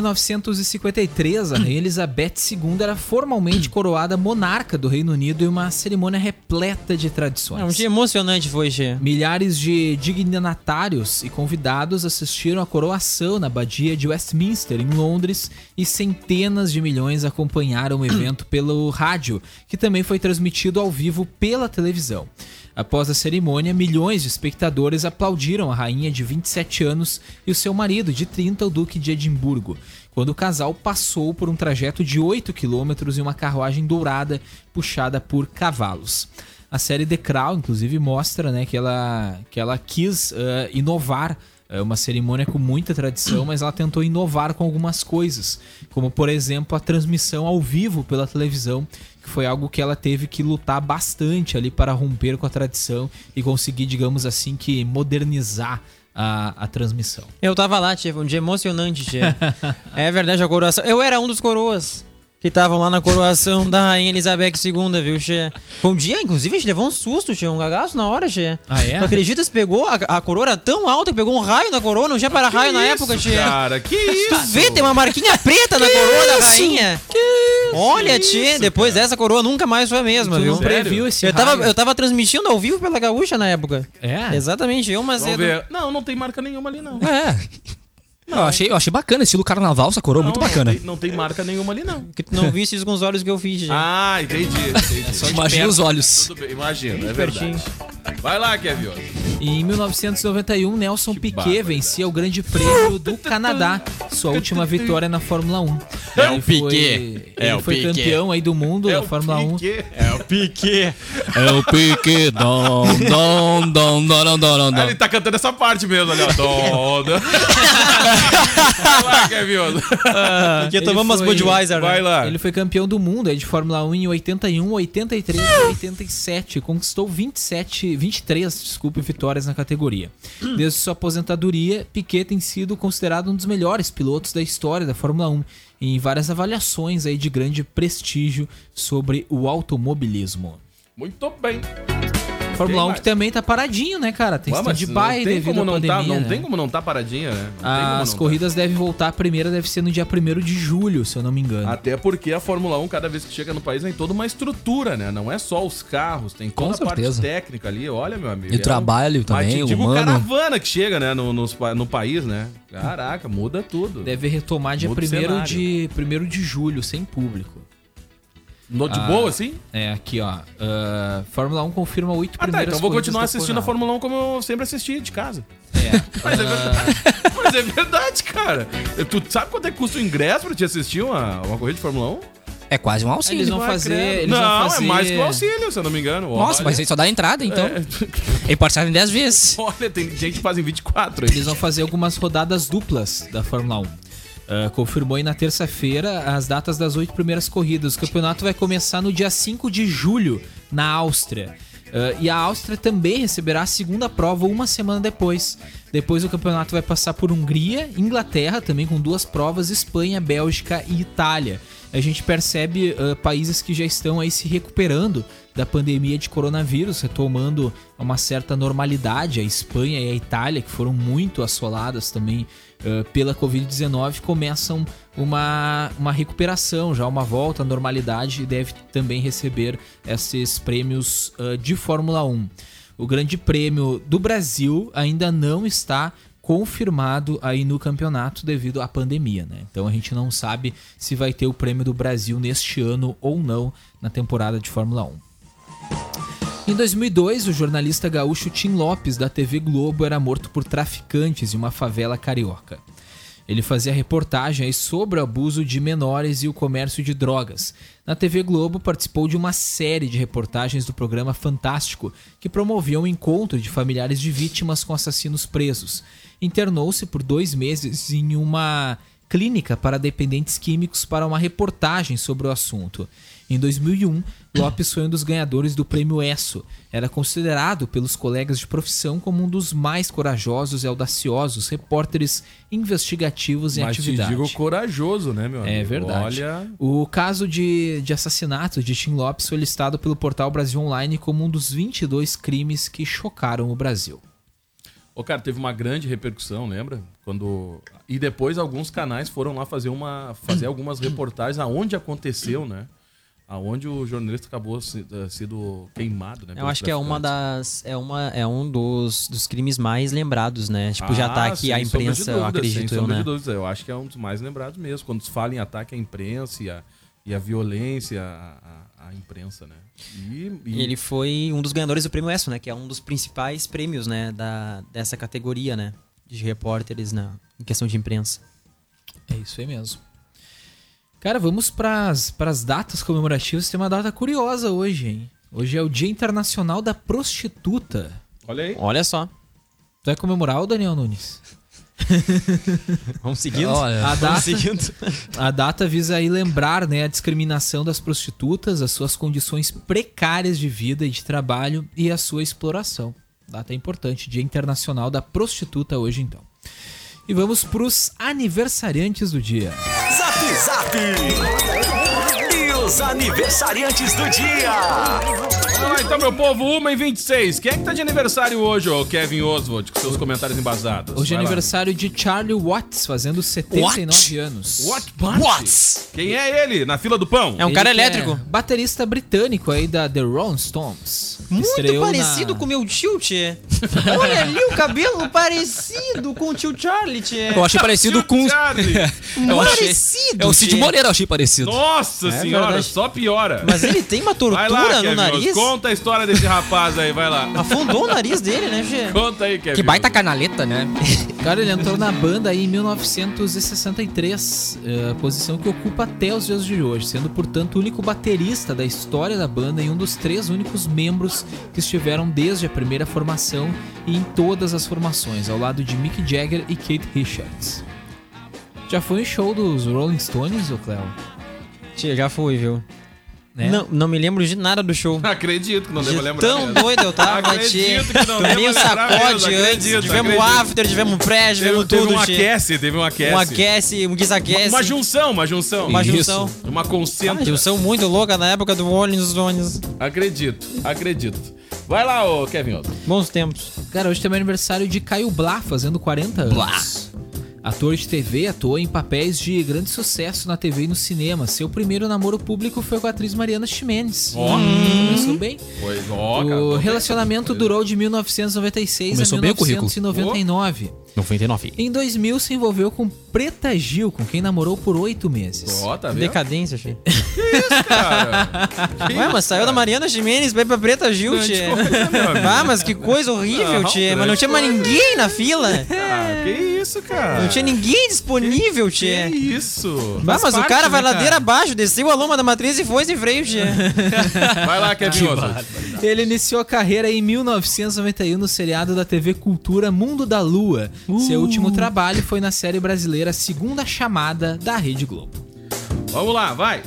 [SPEAKER 3] 1953, a Rainha Elizabeth II era formalmente coroada monarca do Reino Unido em uma cerimônia repleta de tradições.
[SPEAKER 1] É um dia emocionante foi, Gê.
[SPEAKER 3] Milhares de dignatários e convidados assistiram à coroação na abadia de Westminster, em Londres, e centenas de milhões acompanharam o evento pelo rádio, que também foi transmitido ao vivo pela televisão. Após a cerimônia, milhões de espectadores aplaudiram a rainha de 27 anos e o seu marido de 30, o Duque de Edimburgo, quando o casal passou por um trajeto de 8 quilômetros em uma carruagem dourada puxada por cavalos. A série The Crown, inclusive, mostra né, que, ela, que ela quis eh, inovar. É uma cerimônia com muita tradição, mas ela tentou inovar com algumas coisas, como por exemplo a transmissão ao vivo pela televisão, que foi algo que ela teve que lutar bastante ali para romper com a tradição e conseguir, digamos assim, que modernizar a, a transmissão.
[SPEAKER 1] Eu tava lá, Tchê, foi um dia emocionante, Tchê. é verdade, a coroação. Eu era um dos coroas que estavam lá na coroação da Rainha Elizabeth II, viu, Tchê? Foi um dia, inclusive, a gente levou um susto, Tchê, um cagaço na hora, Tchê.
[SPEAKER 3] Ah, é?
[SPEAKER 1] Tu acredita se pegou a, a coroa era tão alta que pegou um raio na coroa, não tinha para raio na época,
[SPEAKER 2] isso,
[SPEAKER 1] Tchê.
[SPEAKER 2] Cara, que
[SPEAKER 1] Tu
[SPEAKER 2] isso?
[SPEAKER 1] vê, tem uma marquinha preta na coroa da rainha. Olha, Tchê, depois dessa coroa nunca mais foi a mesma,
[SPEAKER 3] Tu
[SPEAKER 1] viu?
[SPEAKER 3] não previu esse
[SPEAKER 1] Eu tava,
[SPEAKER 3] raio?
[SPEAKER 1] eu tava transmitindo ao vivo pela gaúcha na época.
[SPEAKER 3] É?
[SPEAKER 1] Exatamente, eu, mas
[SPEAKER 2] Vamos ver. Não, não tem marca nenhuma ali, não.
[SPEAKER 4] É. Eu achei, eu achei bacana, estilo carnaval, essa coroa, muito
[SPEAKER 2] Não,
[SPEAKER 4] bacana.
[SPEAKER 2] Não tem, não tem marca nenhuma ali, não.
[SPEAKER 1] que tu não viste isso com os olhos que eu fiz, Tchê.
[SPEAKER 2] Ah, entendi. entendi.
[SPEAKER 4] Imagina os olhos.
[SPEAKER 2] Tudo bem, imagina, é verdade. Vai lá, Kevin Oswald.
[SPEAKER 3] Em 1991, Nelson Piquet
[SPEAKER 2] barbaridade.
[SPEAKER 3] vencia o Grande Prêmio do Canadá, sua última vitória na Fórmula 1.
[SPEAKER 4] É o
[SPEAKER 3] Ele foi-
[SPEAKER 4] Piquet, é
[SPEAKER 3] Ele
[SPEAKER 4] o
[SPEAKER 3] foi
[SPEAKER 4] Piquet.
[SPEAKER 3] campeão aí do mundo da Fórmula 1.
[SPEAKER 2] É o Piquet.
[SPEAKER 4] É o pique, dom, dom, dom, dom, dom, dom,
[SPEAKER 2] Ah, ele
[SPEAKER 4] dom.
[SPEAKER 2] tá cantando essa parte mesmo ali, ó. Dom, dom. Vai lá, Kevin Oswald.
[SPEAKER 1] Porque
[SPEAKER 3] ele
[SPEAKER 1] tomamos
[SPEAKER 3] foi-
[SPEAKER 1] as Budweiser,
[SPEAKER 2] Vai
[SPEAKER 1] né?
[SPEAKER 2] lá.
[SPEAKER 3] Ele foi campeão do mundo aí de Fórmula 1 em 81, 83 e 87. Conquistou 27, 23, desculpe, vitórias na categoria. Desde sua aposentadoria, Piquet tem sido considerado um dos melhores pilotos da história da Fórmula 1 em várias avaliações aí de grande prestígio sobre o automobilismo.
[SPEAKER 2] Muito bem.
[SPEAKER 3] Fórmula
[SPEAKER 2] Quem
[SPEAKER 3] 1
[SPEAKER 2] mais?
[SPEAKER 3] que também tá paradinho, né, cara? Tem
[SPEAKER 2] Ué, mas
[SPEAKER 3] stand-by devido à
[SPEAKER 2] não
[SPEAKER 3] pandemia,
[SPEAKER 2] tá, não
[SPEAKER 3] né?
[SPEAKER 2] tem como não tá paradinha, né? Não
[SPEAKER 1] Ah,
[SPEAKER 2] tem como
[SPEAKER 3] As
[SPEAKER 2] não
[SPEAKER 3] corridas devem voltar, a primeira deve ser no dia 1 de julho, se eu não me engano.
[SPEAKER 2] tá. Até porque a Fórmula 1, cada vez que chega no país, tem toda uma estrutura, né? Não é só os carros, tem toda
[SPEAKER 4] Com
[SPEAKER 2] a parte
[SPEAKER 4] certeza.
[SPEAKER 2] técnica ali. Olha, meu amigo. é um
[SPEAKER 4] E o trabalho também,
[SPEAKER 2] o
[SPEAKER 4] o
[SPEAKER 2] tipo
[SPEAKER 4] humano.
[SPEAKER 2] caravana que chega, né? No, nos pa- no país, né? Caraca, muda tudo.
[SPEAKER 3] Deve retomar dia
[SPEAKER 2] Muda o
[SPEAKER 3] 1
[SPEAKER 2] cenário.
[SPEAKER 3] de, 1 de julho, sem público.
[SPEAKER 2] No, de boa, assim?
[SPEAKER 3] É, aqui, ó. ah, Fórmula 1 confirma oito
[SPEAKER 2] Ah, tá.
[SPEAKER 3] primeiras
[SPEAKER 2] Então eu vou
[SPEAKER 3] corridas
[SPEAKER 2] continuar
[SPEAKER 3] da
[SPEAKER 2] assistindo a
[SPEAKER 3] temporada.
[SPEAKER 2] Fórmula 1 como eu sempre assisti, de casa.
[SPEAKER 3] É.
[SPEAKER 2] Mas é verdade. Mas é verdade, cara. Tu sabe quanto é que custa o ingresso pra te assistir uma, uma corrida de Fórmula 1?
[SPEAKER 4] É quase um
[SPEAKER 3] Eles
[SPEAKER 4] auxílio.
[SPEAKER 3] vão fazer...
[SPEAKER 2] Credo.
[SPEAKER 3] Eles
[SPEAKER 2] não,
[SPEAKER 3] vão fazer...
[SPEAKER 2] é mais que o auxílio, se eu não me engano.
[SPEAKER 4] Nossa,
[SPEAKER 2] Olha.
[SPEAKER 4] mas aí só dá a entrada, então. É. E parcela em 10 vezes.
[SPEAKER 2] Olha, tem gente que faz em 24 aí.
[SPEAKER 3] Eles vão fazer algumas rodadas duplas da Fórmula 1. Ah, confirmou aí na terça-feira as datas das oito primeiras corridas. O campeonato vai começar no dia 5 de julho, na Áustria. Ah, e a Áustria também receberá a segunda prova uma semana depois. Depois o campeonato vai passar por Hungria, Inglaterra, também com duas provas, Espanha, Bélgica e Itália. A gente percebe ah, países que já estão aí se recuperando da pandemia de coronavírus, retomando uma certa normalidade. A Espanha e a Itália, que foram muito assoladas também eh, pela Covid-19, começam uma, uma recuperação, já uma volta à normalidade e deve também receber esses prêmios eh, de Fórmula 1. O Grande Prêmio do Brasil ainda não está confirmado aí no campeonato devido à pandemia, né? Então a gente não sabe se vai ter o Prêmio do Brasil neste ano ou não na temporada de Fórmula 1. Em 2002, o jornalista gaúcho Tim Lopes, da TV Globo, era morto por traficantes em uma favela carioca. Ele fazia reportagem aí sobre o abuso de menores e o comércio de drogas. Na TV Globo, participou de uma série de reportagens do programa Fantástico, que promovia um encontro de familiares de vítimas com assassinos presos. Internou-se por dois meses em uma clínica para dependentes químicos para uma reportagem sobre o assunto. Em 2001, Lopes foi um dos ganhadores do Prêmio ESSO. Era considerado pelos colegas de profissão como um dos mais corajosos e audaciosos repórteres investigativos em
[SPEAKER 2] Mas te
[SPEAKER 3] atividade.
[SPEAKER 2] digo corajoso, né, meu amigo?
[SPEAKER 3] É verdade.
[SPEAKER 2] Olha.
[SPEAKER 3] O caso de, de assassinato de Tim Lopes foi listado pelo portal Brasil Online como um dos 22 crimes que chocaram o Brasil.
[SPEAKER 2] Ô, cara, teve uma grande repercussão, lembra? Quando. E depois alguns canais foram lá fazer uma. fazer algumas reportagens aonde aconteceu, né? Aonde o jornalista acabou se- eh, sendo queimado, né?
[SPEAKER 1] Eu
[SPEAKER 2] pelos
[SPEAKER 1] acho que é uma
[SPEAKER 2] traficantes.
[SPEAKER 1] das. É, uma, é um dos, dos crimes mais lembrados, né? Tipo, de
[SPEAKER 2] Ah,
[SPEAKER 1] ataque
[SPEAKER 2] sem
[SPEAKER 1] à
[SPEAKER 2] sombra de
[SPEAKER 1] imprensa, eu
[SPEAKER 2] dúvida,
[SPEAKER 1] acredito
[SPEAKER 2] sem
[SPEAKER 1] eu,
[SPEAKER 2] sombra
[SPEAKER 1] né?
[SPEAKER 2] de dúvidas. Eu acho que é um dos mais lembrados mesmo. Quando se fala em ataque à imprensa e a, e a violência à, à- à imprensa, né? E,
[SPEAKER 1] E
[SPEAKER 2] e-
[SPEAKER 1] ele foi um dos ganhadores do prêmio ESSO, né? Que é um dos principais prêmios, né? Da, dessa categoria, né? De repórteres na, em questão de imprensa.
[SPEAKER 3] É isso aí mesmo. Cara, vamos pras as datas comemorativas. Tem uma data curiosa hoje, hein? Hoje é o Dia Internacional da Prostituta.
[SPEAKER 2] Olha aí.
[SPEAKER 1] Olha só.
[SPEAKER 3] Tu vai comemorar o Daniel Nunes?
[SPEAKER 1] Vamos seguindo?
[SPEAKER 4] Olha.
[SPEAKER 2] Ah,
[SPEAKER 3] A data-
[SPEAKER 1] Vamos seguindo.
[SPEAKER 3] A data visa aí lembrar né, a discriminação das prostitutas, as suas condições precárias de vida e de trabalho e a sua exploração. Data importante, Dia Internacional da Prostituta hoje então. E vamos para os aniversariantes do dia.
[SPEAKER 5] Zap Zap! E os aniversariantes do dia!
[SPEAKER 2] Vamos lá então, meu povo, 1 e 26 Quem é que tá de aniversário hoje, ô Kevin Oswald, com seus comentários embasados?
[SPEAKER 3] Hoje é
[SPEAKER 2] Vai lá.
[SPEAKER 3] aniversário de Charlie Watts, fazendo 79
[SPEAKER 4] What?
[SPEAKER 3] anos.
[SPEAKER 2] What? What? Quem é ele? Na fila do pão?
[SPEAKER 1] É um
[SPEAKER 3] Ele
[SPEAKER 1] cara
[SPEAKER 3] que é
[SPEAKER 1] elétrico.
[SPEAKER 3] baterista britânico aí da The Rolling Stones. que
[SPEAKER 1] Muito
[SPEAKER 3] estreou
[SPEAKER 1] parecido
[SPEAKER 3] na-
[SPEAKER 1] com o meu tio, tchê. Olha ali o cabelo parecido com o tio Charlie, tchê.
[SPEAKER 4] Eu achei parecido
[SPEAKER 1] um
[SPEAKER 4] com.
[SPEAKER 2] Charlie.
[SPEAKER 4] Eu achei-
[SPEAKER 1] Parecido,
[SPEAKER 4] É o Cid
[SPEAKER 1] tchê.
[SPEAKER 4] Moreira, eu achei parecido.
[SPEAKER 2] Nossa senhora,
[SPEAKER 1] É verdade.
[SPEAKER 2] só piora.
[SPEAKER 1] Mas ele tem uma tortura
[SPEAKER 2] vai lá,
[SPEAKER 1] no
[SPEAKER 2] Kevin Oswald,
[SPEAKER 1] nariz.
[SPEAKER 2] Conta a história desse rapaz aí, vai lá.
[SPEAKER 1] Afundou o nariz dele, né, Gê?
[SPEAKER 2] Conta aí, Kevin.
[SPEAKER 4] Que baita canaleta, né?
[SPEAKER 3] Cara, ele entrou na banda aí em 1963, eh, posição que ocupa até os dias de hoje, sendo portanto o único baterista da história da banda e um dos três únicos membros que estiveram desde a primeira formação e em todas as formações, ao lado de Mick Jagger e Kate Richards. Já foi um show dos Rolling Stones, ô Cleo?
[SPEAKER 1] Tchê, já fui, viu?
[SPEAKER 3] Né?
[SPEAKER 1] Não, não me lembro de nada do show.
[SPEAKER 2] Acredito que não
[SPEAKER 1] De
[SPEAKER 2] devo lembrar.
[SPEAKER 1] tão doido eu tava, tchê.
[SPEAKER 2] Acredito que não
[SPEAKER 1] Tomei
[SPEAKER 2] devo
[SPEAKER 1] um
[SPEAKER 2] lembrar
[SPEAKER 1] sacode
[SPEAKER 2] mesmo,
[SPEAKER 1] antes.
[SPEAKER 2] acredito,
[SPEAKER 1] tivemos um
[SPEAKER 2] acredito.
[SPEAKER 1] after, tivemos pré,
[SPEAKER 2] Teve,
[SPEAKER 1] tivemos
[SPEAKER 2] teve
[SPEAKER 1] tudo,
[SPEAKER 2] um
[SPEAKER 1] tchê.
[SPEAKER 2] aquece, teve um aquece.
[SPEAKER 1] Um aquece, um desaquece.
[SPEAKER 2] Uma junção, uma junção.
[SPEAKER 1] Uma junção.
[SPEAKER 2] Isso. Uma
[SPEAKER 1] Ah,
[SPEAKER 2] concentra.
[SPEAKER 1] junção muito louca na época do Orleans Jones.
[SPEAKER 2] Acredito, acredito. Vai lá, ô Kevin Oswald.
[SPEAKER 1] Bons tempos.
[SPEAKER 3] Cara, hoje também é aniversário de Caio Blá, fazendo 40 anos. Ator de TV, atuou em papéis de grande sucesso na TV e no cinema. Seu primeiro namoro público foi com a atriz Mariana Ximenes. Hum,
[SPEAKER 2] Ó.
[SPEAKER 3] Começou bem.
[SPEAKER 2] Pois, ó, cara,
[SPEAKER 3] O
[SPEAKER 2] tô-
[SPEAKER 3] relacionamento durou de 1996
[SPEAKER 4] Começou
[SPEAKER 3] a
[SPEAKER 4] bem o currículo.
[SPEAKER 3] 1999.
[SPEAKER 4] 99.
[SPEAKER 3] Em 2000 se envolveu com Preta Gil, com quem namorou por oito meses.
[SPEAKER 2] Ó, tá vendo?
[SPEAKER 1] Decadência, achei.
[SPEAKER 2] Cara,
[SPEAKER 1] Ué, mas saiu da Mariana Jimenez pra ir pra Preta Gil,
[SPEAKER 2] Grande
[SPEAKER 1] tchê.
[SPEAKER 2] coisa, meu amigo.
[SPEAKER 1] Ah, mas que coisa horrível,
[SPEAKER 2] Não,
[SPEAKER 1] tchê. Mas não
[SPEAKER 2] grande
[SPEAKER 1] tinha mais ninguém na fila.
[SPEAKER 2] ah, que isso, cara?
[SPEAKER 1] Não tinha ninguém disponível,
[SPEAKER 2] Que
[SPEAKER 1] tchê.
[SPEAKER 2] isso?
[SPEAKER 1] Bah, mas
[SPEAKER 3] Faz
[SPEAKER 1] o cara
[SPEAKER 3] parte,
[SPEAKER 1] vai
[SPEAKER 3] né,
[SPEAKER 1] ladeira
[SPEAKER 3] cara?
[SPEAKER 1] abaixo, desceu a loma da matriz e foi sem freio, tchê.
[SPEAKER 2] Vai lá, Kevin Oswald.
[SPEAKER 3] Ele iniciou a carreira em 1991 no seriado da TV Cultura Mundo da Lua. Seu último trabalho foi na série brasileira Segunda Chamada da Rede Globo.
[SPEAKER 2] Vamos lá, vai.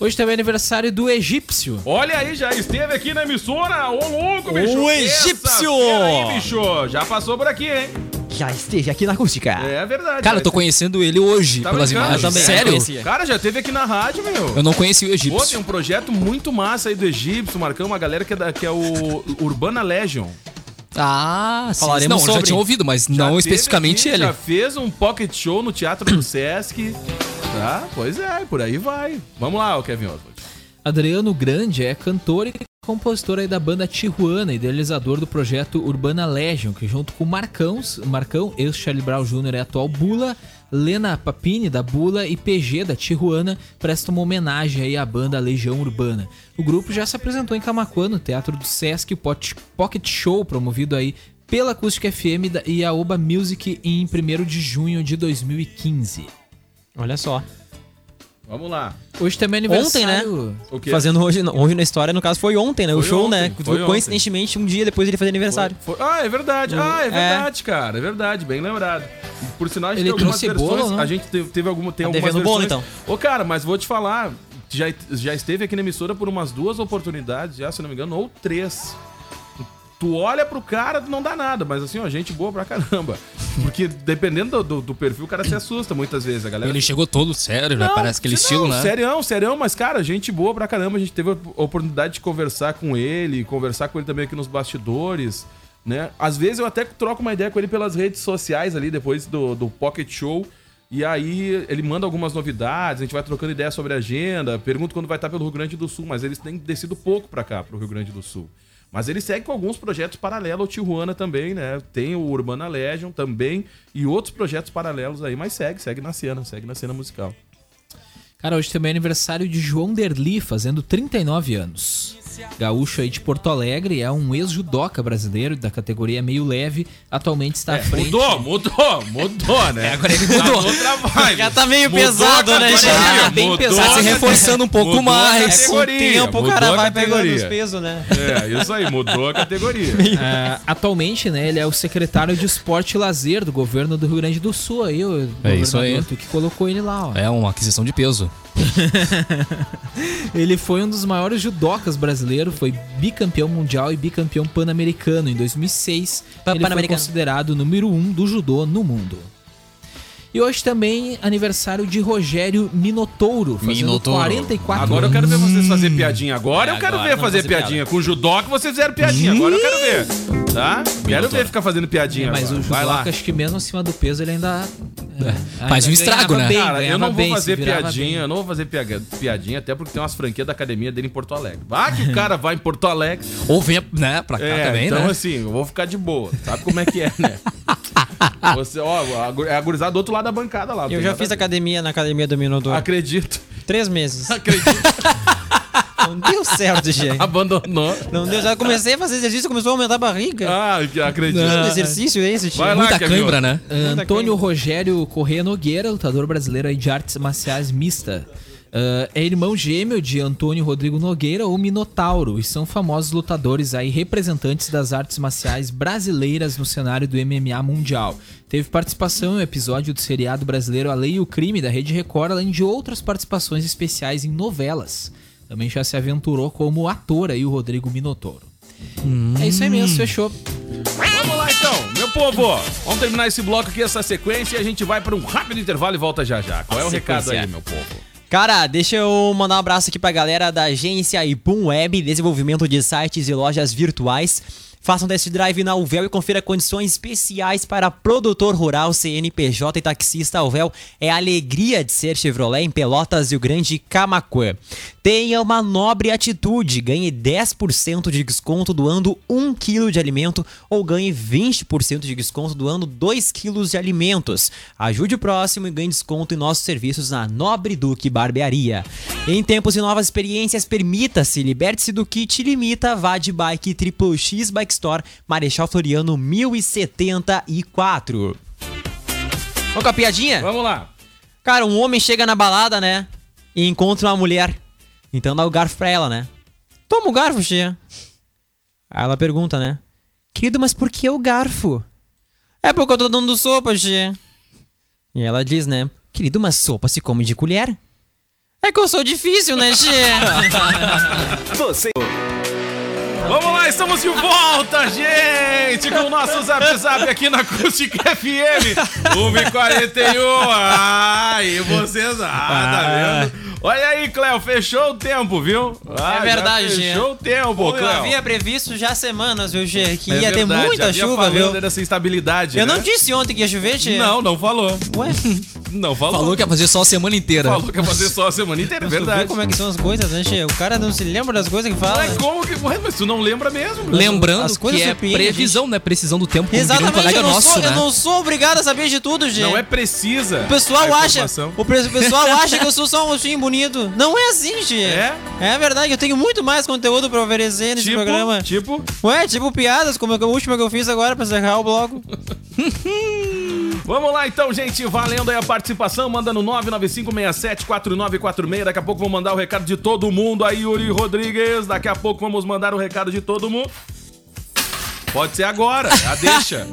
[SPEAKER 3] Hoje também é aniversário do egípcio.
[SPEAKER 2] Olha aí, já esteve aqui na emissora. Ô, louco, bicho.
[SPEAKER 1] O
[SPEAKER 2] Essa
[SPEAKER 1] egípcio.
[SPEAKER 2] fera aí, bicho. Já passou por aqui, hein?
[SPEAKER 1] Já esteja aqui na acústica.
[SPEAKER 2] É verdade.
[SPEAKER 4] Cara, eu tô
[SPEAKER 2] com
[SPEAKER 4] conhecendo ele hoje
[SPEAKER 2] Tá
[SPEAKER 4] pelas
[SPEAKER 2] brincando?
[SPEAKER 4] imagens.
[SPEAKER 2] Eu também,
[SPEAKER 4] Sério?
[SPEAKER 1] conhecia.
[SPEAKER 2] Cara, já esteve aqui na rádio, meu.
[SPEAKER 4] Eu não conheci o
[SPEAKER 2] Pô, tem
[SPEAKER 4] egípcio.
[SPEAKER 2] um projeto muito massa aí do Egípcio, Marcão, uma galera que é, da- que é o Urbana Legion.
[SPEAKER 4] Ah, sim.
[SPEAKER 1] Falaremos
[SPEAKER 4] Não, eu já
[SPEAKER 1] sobre.
[SPEAKER 4] tinha ouvido, mas
[SPEAKER 2] Já
[SPEAKER 4] não
[SPEAKER 2] teve
[SPEAKER 4] especificamente
[SPEAKER 2] aqui,
[SPEAKER 4] ele.
[SPEAKER 2] Já fez um pocket show no Teatro do Sesc. Tá? Pois é, por aí vai. Vamos lá, ô Kevin Oswald.
[SPEAKER 3] Adriano Grande é cantor e compositor aí da banda Tijuana, idealizador do projeto Urbana Legion, que junto com Marcão, Marcão ex-Charlie Brown Jr. é atual Bula, Lena Papini da Bula e PG da Tijuana prestam uma homenagem aí à banda Legião Urbana. O grupo já se apresentou em Camacuã, no Teatro do Sesc, o Pot- Pocket Show promovido aí pela Acústica FM da- e a Oba Music em 1 de junho de 2015.
[SPEAKER 1] Olha só.
[SPEAKER 2] Vamos lá.
[SPEAKER 3] Hoje também é
[SPEAKER 1] Ontem, né?
[SPEAKER 3] aniversário...
[SPEAKER 2] O quê?
[SPEAKER 1] Fazendo hoje, hoje na história, no caso, foi ontem, né? o
[SPEAKER 2] Foi
[SPEAKER 1] show,
[SPEAKER 2] ontem,
[SPEAKER 1] né?
[SPEAKER 2] foi
[SPEAKER 1] Coincidentemente, um dia depois ele fazia aniversário.
[SPEAKER 2] Foi- Ah, é verdade. Ah, é verdade, cara. É verdade, bem lembrado. Por sinal, a gente
[SPEAKER 3] Ele
[SPEAKER 2] tem algumas
[SPEAKER 3] trouxe bolo,
[SPEAKER 2] versões.
[SPEAKER 3] não?
[SPEAKER 2] a gente teve, teve alguma, tem
[SPEAKER 1] Tá
[SPEAKER 2] algumas
[SPEAKER 1] devendo bolo,
[SPEAKER 2] versões. Ô, cara, mas vou te falar. Já, já esteve aqui na emissora por umas duas oportunidades, já, se não me engano, ou três. Tu olha pro cara, não dá nada, mas assim, ó, gente boa pra caramba. Porque dependendo do, do- do perfil, o cara se assusta muitas vezes, a galera.
[SPEAKER 4] Ele chegou todo sério, né? Parece aquele
[SPEAKER 2] não,
[SPEAKER 4] estilo, né?
[SPEAKER 2] Serião, serião, mas cara, gente boa pra caramba. A gente teve a oportunidade de conversar com ele, conversar com ele também aqui nos bastidores, né? Às vezes eu até troco uma ideia com ele pelas redes sociais ali, depois do, do Pocket Show. E aí ele manda algumas novidades, a gente vai trocando ideia sobre a agenda, pergunto quando vai estar pelo Rio Grande do Sul, mas eles têm descido pouco pra cá, pro Rio Grande do Sul. Mas ele segue com alguns projetos paralelos ao Tijuana também, né? Tem o Urbana Legion também e outros projetos paralelos aí, mas segue, segue na cena, segue na cena musical.
[SPEAKER 3] Cara, hoje também é aniversário de João Derli, fazendo 39 anos. Gaúcho aí de Porto Alegre, é um ex-judoca brasileiro da categoria meio leve, atualmente está à frente.
[SPEAKER 2] É, Mudou, mudou, mudou, né?
[SPEAKER 4] Agora ele mudou.
[SPEAKER 1] Já tá meio pesado, né,
[SPEAKER 2] gente?
[SPEAKER 1] gente?
[SPEAKER 4] categoria,
[SPEAKER 1] Tá bem
[SPEAKER 2] mudou
[SPEAKER 1] pesado.
[SPEAKER 4] Tá se
[SPEAKER 2] Nossa,
[SPEAKER 4] reforçando um pouco
[SPEAKER 2] mudou a
[SPEAKER 4] mais.
[SPEAKER 2] categoria.
[SPEAKER 1] Com o tempo o
[SPEAKER 2] mudou
[SPEAKER 1] cara
[SPEAKER 2] a
[SPEAKER 1] vai pegando
[SPEAKER 2] categoria.
[SPEAKER 1] os pesos, né?
[SPEAKER 2] É, isso aí, mudou a categoria.
[SPEAKER 3] Ah, atualmente, né, ele é o secretário de Esporte e Lazer do governo do Rio Grande do Sul, aí o
[SPEAKER 4] É isso aí.
[SPEAKER 3] governador que colocou ele lá, ó.
[SPEAKER 4] É uma aquisição de peso.
[SPEAKER 3] Ele foi um dos maiores judocas brasileiros, foi bicampeão mundial e bicampeão pan-americano. Em 2006,
[SPEAKER 1] Pa-
[SPEAKER 3] ele foi
[SPEAKER 1] pan-americano.
[SPEAKER 3] considerado o número um do judô no mundo. E hoje também aniversário de Rogério Minotouro, fazendo
[SPEAKER 4] Minotouro.
[SPEAKER 3] 44
[SPEAKER 2] Agora eu
[SPEAKER 3] anos.
[SPEAKER 2] quero ver vocês fazer piadinha. Agora
[SPEAKER 4] É,
[SPEAKER 2] eu quero
[SPEAKER 4] agora
[SPEAKER 2] ver
[SPEAKER 4] não
[SPEAKER 2] fazer,
[SPEAKER 4] fazer
[SPEAKER 2] piadinha. Com o judô que vocês fizeram piadinha. Agora eu quero ver. Tá? Quero
[SPEAKER 4] doutora.
[SPEAKER 2] ver ficar fazendo piadinha.
[SPEAKER 3] É, Mas o
[SPEAKER 2] agora. Vai lá.
[SPEAKER 3] judoca, acho que mesmo acima do peso, ele ainda... é,
[SPEAKER 4] Faz um
[SPEAKER 3] ainda ganhava
[SPEAKER 4] estrago, né?
[SPEAKER 3] bem,
[SPEAKER 2] Cara, eu
[SPEAKER 3] ganhava
[SPEAKER 2] não vou
[SPEAKER 3] bem, se
[SPEAKER 2] fazer
[SPEAKER 3] virava
[SPEAKER 2] piadinha, eu não vou fazer piaga- piadinha, até porque tem umas franquias da academia dele em Porto Alegre. Ah, que o cara vai em Porto Alegre.
[SPEAKER 4] Ou vem, né,
[SPEAKER 1] Tá,
[SPEAKER 4] pra cá
[SPEAKER 2] É,
[SPEAKER 4] também,
[SPEAKER 2] então
[SPEAKER 4] né?
[SPEAKER 2] assim, eu vou ficar de boa. Sabe como é que é, né? Você, ó, a gu- é a gurizada do outro lado da bancada lá.
[SPEAKER 1] Eu já fiz academia na academia do Minodoro.
[SPEAKER 2] Acredito.
[SPEAKER 1] Três meses.
[SPEAKER 2] Acredito. Ah,
[SPEAKER 1] Não deu certo, gente.
[SPEAKER 2] Abandonou.
[SPEAKER 1] Não deu certo. Eu comecei a fazer exercício, começou a aumentar a barriga.
[SPEAKER 2] Ah, acredito.
[SPEAKER 1] Que exercício é esse, tio?
[SPEAKER 2] Vai lá.
[SPEAKER 4] Muita
[SPEAKER 2] Caraca,
[SPEAKER 4] cãibra, né?
[SPEAKER 3] Ah, Antônio Rogério Correia Nogueira, lutador brasileiro aí de artes marciais mista. Ah, é irmão gêmeo de Antônio Rodrigo Nogueira, o Minotauro, e são famosos lutadores aí, representantes das artes marciais brasileiras no cenário do MMA mundial. Teve participação em um episódio do seriado brasileiro A Lei e o Crime, da Rede Record, além de outras participações especiais em novelas. Também já se aventurou como ator aí, o Rodrigo Minotauro. É isso aí mesmo, fechou.
[SPEAKER 2] Vamos lá então, meu povo. Vamos terminar esse bloco aqui, essa sequência, e a gente vai para um rápido intervalo e volta já já. Qual é o recado aí, meu povo?
[SPEAKER 1] Cara, deixa eu mandar um abraço aqui pra galera da agência Ipum Web, desenvolvimento de sites e lojas virtuais. Faça um test drive na Uvel e confira condições especiais para produtor rural, CNPJ e taxista. A Uvel é a alegria de ser Chevrolet em Pelotas, Rio Grande e Camacuã. Tenha uma nobre atitude. Ganhe 10% de desconto doando 1 kg de alimento ou ganhe 20% de desconto doando 2 kg de alimentos. Ajude o próximo e ganhe desconto em nossos serviços na Nobre Duque Barbearia. Em tempos de novas experiências, permita-se, liberte-se do que te limita. Vá de bike Triple X Bike Store, Marechal Floriano 1074. Vamos com a piadinha?
[SPEAKER 2] Vamos lá.
[SPEAKER 1] Cara, um homem chega na balada, né? E encontra uma mulher. Então dá o garfo pra ela, né? Toma o garfo, tia. Aí ela pergunta, né? Querido, mas por que o garfo? É porque eu tô dando sopa, tia. E ela diz, né? Querido, mas sopa se come de colher? É que eu sou difícil, né, tia?
[SPEAKER 5] Você
[SPEAKER 2] Vamos lá, estamos de volta, gente, com o nosso Zap Zap aqui na Acústica um FM 1h41. Ah, e um. vocês, ah, tá vendo? Olha aí, Cléo, fechou o tempo, viu? Ah,
[SPEAKER 1] É
[SPEAKER 2] já
[SPEAKER 1] verdade,
[SPEAKER 2] Fechou o tempo,
[SPEAKER 1] eu
[SPEAKER 2] Cléo.
[SPEAKER 1] havia previsto já há semanas, viu, tia? Que
[SPEAKER 2] É
[SPEAKER 1] ia ter
[SPEAKER 2] verdade,
[SPEAKER 1] muita
[SPEAKER 2] havia
[SPEAKER 1] chuva,
[SPEAKER 2] falando
[SPEAKER 1] viu?
[SPEAKER 2] dessa instabilidade,
[SPEAKER 1] Eu
[SPEAKER 2] né?
[SPEAKER 1] não disse ontem que ia chover, tia?
[SPEAKER 2] Não, não falou.
[SPEAKER 1] Ué,
[SPEAKER 2] Não falou.
[SPEAKER 4] Falou que ia fazer só a semana inteira. né?
[SPEAKER 2] Falou que ia fazer só a semana inteira, é
[SPEAKER 1] Verdade. Vê
[SPEAKER 2] verdade.
[SPEAKER 1] como é que tá? são as coisas, né, tia? O cara não se lembra das coisas que fala.
[SPEAKER 2] Mas como é que... Ué, mas tu não lembra mesmo. Bruno?
[SPEAKER 4] Lembrando
[SPEAKER 1] As coisas
[SPEAKER 4] que é
[SPEAKER 1] surpreendem,
[SPEAKER 4] previsão, né? Precisão do tempo. como diria um
[SPEAKER 1] Exatamente,
[SPEAKER 4] colega
[SPEAKER 1] eu não,
[SPEAKER 4] nosso,
[SPEAKER 1] sou,
[SPEAKER 4] né?
[SPEAKER 1] eu não sou obrigado a saber de tudo, gente.
[SPEAKER 2] Não é precisa.
[SPEAKER 1] O pessoal
[SPEAKER 2] a
[SPEAKER 1] acha.
[SPEAKER 2] informação.
[SPEAKER 1] O, pre- o pessoal acha que eu sou só um ursinho bonito. Não é assim, gente.
[SPEAKER 2] É?
[SPEAKER 1] É verdade, eu tenho muito mais conteúdo pra oferecer nesse
[SPEAKER 2] Tipo,
[SPEAKER 1] programa.
[SPEAKER 2] tipo...
[SPEAKER 1] Ué, tipo piadas, como a última que eu fiz agora pra encerrar o bloco.
[SPEAKER 2] Vamos lá então, gente. Valendo aí a participação. Manda no 995674946. Daqui a pouco vou mandar o recado de todo mundo aí, Yuri Rodrigues. Daqui a pouco vamos mandar o recado de todo mundo. Pode ser agora, a deixa.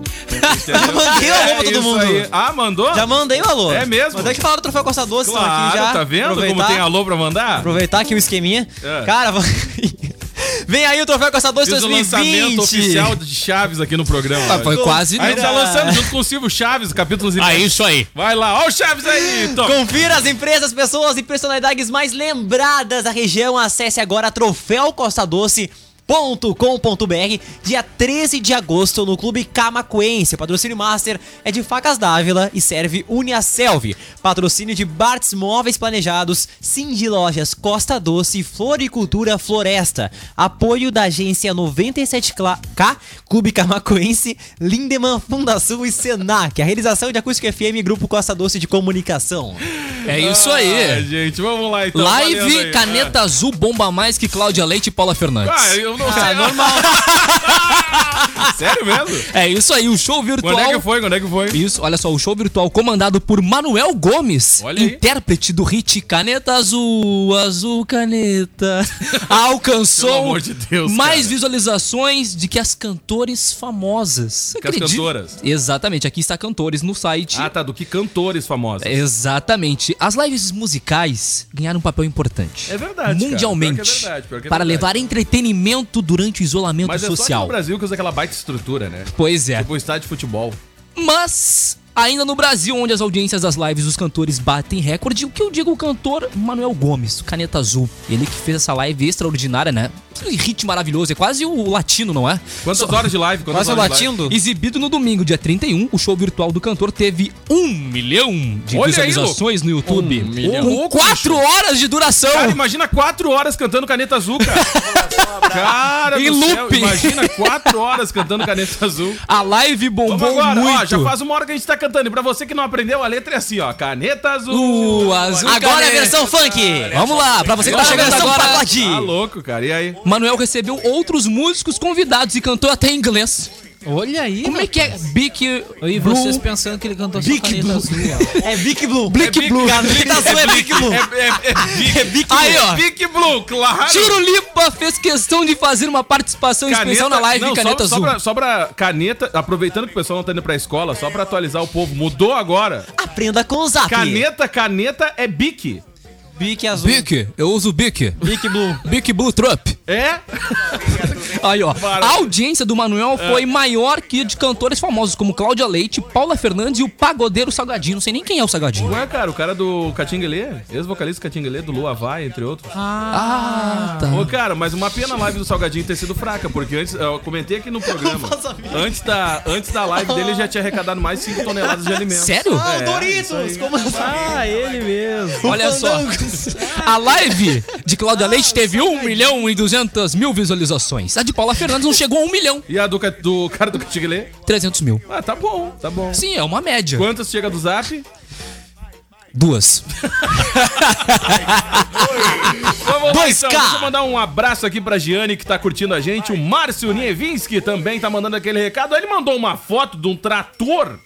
[SPEAKER 1] Já Ah, mandei o alô pra
[SPEAKER 2] É
[SPEAKER 1] todo
[SPEAKER 2] isso
[SPEAKER 1] mundo.
[SPEAKER 2] aí. Ah, mandou?
[SPEAKER 1] Já mandei o alô.
[SPEAKER 2] É mesmo?
[SPEAKER 1] Mandei que falar do troféu Costa Doce
[SPEAKER 2] Claro,
[SPEAKER 1] aqui já.
[SPEAKER 2] tá vendo como
[SPEAKER 1] Aproveitar.
[SPEAKER 2] tem alô pra mandar?
[SPEAKER 1] Aproveitar aqui o esqueminha.
[SPEAKER 2] É.
[SPEAKER 1] Cara, vem aí o troféu Costa Doce
[SPEAKER 2] Fiz o
[SPEAKER 1] 2020.
[SPEAKER 2] lançamento oficial de Chaves aqui no programa.
[SPEAKER 4] Ah, foi quase.
[SPEAKER 2] Aí tá
[SPEAKER 4] não.
[SPEAKER 2] lançando junto com o Silvio Chaves, capítulos
[SPEAKER 1] Ah,
[SPEAKER 2] e...
[SPEAKER 4] isso aí.
[SPEAKER 2] Vai lá, ó o Chaves aí, então. Tom.
[SPEAKER 1] Confira as empresas, pessoas e personalidades mais lembradas da região. Acesse agora troféucostadoce.com.br dia 13 de agosto no Clube Camacuense. O patrocínio master é de Facas Dávila e serve Uniaselv. Patrocínio de Bartz Móveis Planejados, Cindy Lojas Costa Doce, Floricultura Floresta. Apoio da agência 97K, Clube Camacuense, Lindemann Fundação e Senac. A realização é de Acústica FM Grupo Costa Doce de Comunicação.
[SPEAKER 4] É isso
[SPEAKER 2] Ah,
[SPEAKER 4] aí.
[SPEAKER 2] gente, vamos lá então. valendo
[SPEAKER 4] Live
[SPEAKER 2] aí.
[SPEAKER 4] Caneta Azul bomba mais que Cláudia Leite e Paula Fernandes.
[SPEAKER 2] Ah, eu não sei. Sério mesmo?
[SPEAKER 4] É isso aí, o show virtual.
[SPEAKER 2] Quando é que foi? Quando é que foi?
[SPEAKER 4] Isso, olha só, o show virtual comandado por Manuel Gomes,
[SPEAKER 2] Olha aí.
[SPEAKER 4] intérprete do hit Caneta Azul, Azul Caneta,
[SPEAKER 2] Pelo
[SPEAKER 4] alcançou
[SPEAKER 2] amor de Deus,
[SPEAKER 4] mais
[SPEAKER 2] cara.
[SPEAKER 4] visualizações de que as cantores famosas.
[SPEAKER 2] Que as cantoras.
[SPEAKER 4] Exatamente, aqui está cantores no site.
[SPEAKER 2] Ah, tá, do que cantores famosos.
[SPEAKER 4] É Exatamente. As lives musicais ganharam um papel importante.
[SPEAKER 2] É verdade, cara.
[SPEAKER 4] Mundialmente.
[SPEAKER 2] Pior que é verdade, pior que é
[SPEAKER 4] para
[SPEAKER 2] verdade.
[SPEAKER 4] levar entretenimento durante o isolamento
[SPEAKER 2] Mas é só aqui
[SPEAKER 4] social.
[SPEAKER 2] no Brasil que usa aquela baita estrutura, né?
[SPEAKER 4] pois é.
[SPEAKER 2] Tipo o estádio de futebol.
[SPEAKER 4] Mas ainda no Brasil, onde as audiências das lives dos cantores batem recorde, o que eu digo o cantor Manuel Gomes, o Caneta Azul. Ele que fez essa live extraordinária, né? Que hit maravilhoso, é quase o latino, não é?
[SPEAKER 2] Quantas horas de live? Quantas
[SPEAKER 1] Quase
[SPEAKER 2] horas de live?
[SPEAKER 1] latindo.
[SPEAKER 4] Exibido no domingo, dia 31, o show virtual do cantor teve um milhão de
[SPEAKER 2] Olha aí, Um
[SPEAKER 4] visualizações no YouTube.
[SPEAKER 2] milhão. Ô,
[SPEAKER 4] Com
[SPEAKER 2] louco,
[SPEAKER 4] quatro horas de duração.
[SPEAKER 2] Cara, imagina quatro horas cantando caneta azul, cara. cara,
[SPEAKER 4] Em
[SPEAKER 2] do céu,
[SPEAKER 4] looping.
[SPEAKER 2] imagina quatro horas cantando caneta azul.
[SPEAKER 4] A live
[SPEAKER 2] Vamos
[SPEAKER 4] bombou
[SPEAKER 2] agora,
[SPEAKER 4] muito.
[SPEAKER 2] ó, já faz uma hora que a gente tá cantando. E pra você que não aprendeu, a letra é assim, ó. Caneta azul.
[SPEAKER 4] Uh, azul
[SPEAKER 1] Agora é a
[SPEAKER 4] caneta.
[SPEAKER 1] versão funk.
[SPEAKER 4] Vamos lá, pra você que tá
[SPEAKER 1] Agora é a
[SPEAKER 4] chegando
[SPEAKER 1] versão
[SPEAKER 4] agora.
[SPEAKER 1] pagode.
[SPEAKER 2] Tá louco, cara. E aí?
[SPEAKER 4] Manuel recebeu outros músicos convidados e cantou até em inglês.
[SPEAKER 3] Olha aí,
[SPEAKER 4] Como é que é? Bic
[SPEAKER 3] E
[SPEAKER 4] Blue.
[SPEAKER 3] vocês pensando que ele cantou só
[SPEAKER 1] Big
[SPEAKER 3] caneta
[SPEAKER 1] Blue.
[SPEAKER 3] azul,
[SPEAKER 1] É Big Blue.
[SPEAKER 4] Blick Blue.
[SPEAKER 1] Caneta azul é Big Blue.
[SPEAKER 2] É, é, é, Big,
[SPEAKER 4] Aí, ó.
[SPEAKER 2] Big Blue, claro.
[SPEAKER 4] Tirolipa fez questão de fazer uma participação especial na live
[SPEAKER 2] não,
[SPEAKER 4] Caneta
[SPEAKER 2] só,
[SPEAKER 4] Azul.
[SPEAKER 2] Só pra, só pra caneta, aproveitando que o pessoal não tá indo pra escola, só pra atualizar o povo, mudou agora.
[SPEAKER 1] Aprenda com o Zap.
[SPEAKER 2] Caneta, caneta é bique.
[SPEAKER 1] Bic azul.
[SPEAKER 4] Bic, eu uso Bic.
[SPEAKER 1] Bic Blue.
[SPEAKER 4] Bic Blue Trup.
[SPEAKER 2] É?
[SPEAKER 4] Aí, ó. A audiência do Manuel
[SPEAKER 1] É.
[SPEAKER 4] foi maior que de cantores famosos como Cláudia Leite, Paula Fernandes e o Pagodeiro Salgadinho. Não sei nem quem é o Salgadinho.
[SPEAKER 2] Ué, cara, o cara do Catinguelê, ex-vocalista do Catinguelê, do Lua Vai, entre outros.
[SPEAKER 4] Ah, tá.
[SPEAKER 2] Ô, cara, mas uma pena a live do Salgadinho ter sido fraca, porque antes, eu comentei aqui no programa, antes da, antes da live dele já tinha arrecadado mais 5 toneladas de alimentos.
[SPEAKER 4] Sério?
[SPEAKER 2] É,
[SPEAKER 6] Doritos! Como assim?
[SPEAKER 1] Ah, ele mesmo.
[SPEAKER 4] Olha só. A live de Cláudia Leite teve 1 milhão e 200 mil visualizações. A de Paula Fernandes não chegou a 1 milhão
[SPEAKER 2] E a do, ca- do cara do Catinguelê?
[SPEAKER 4] 300 mil.
[SPEAKER 2] Ah, tá bom, tá bom.
[SPEAKER 4] Sim, é uma média.
[SPEAKER 2] Quantas chega do Zap?
[SPEAKER 4] Duas.
[SPEAKER 2] Vamos lá,
[SPEAKER 4] 2K.
[SPEAKER 2] então. Deixa eu mandar um abraço aqui pra Giane, que tá curtindo a gente. O Márcio Nievinski também tá mandando aquele recado. Ele mandou uma foto de um trator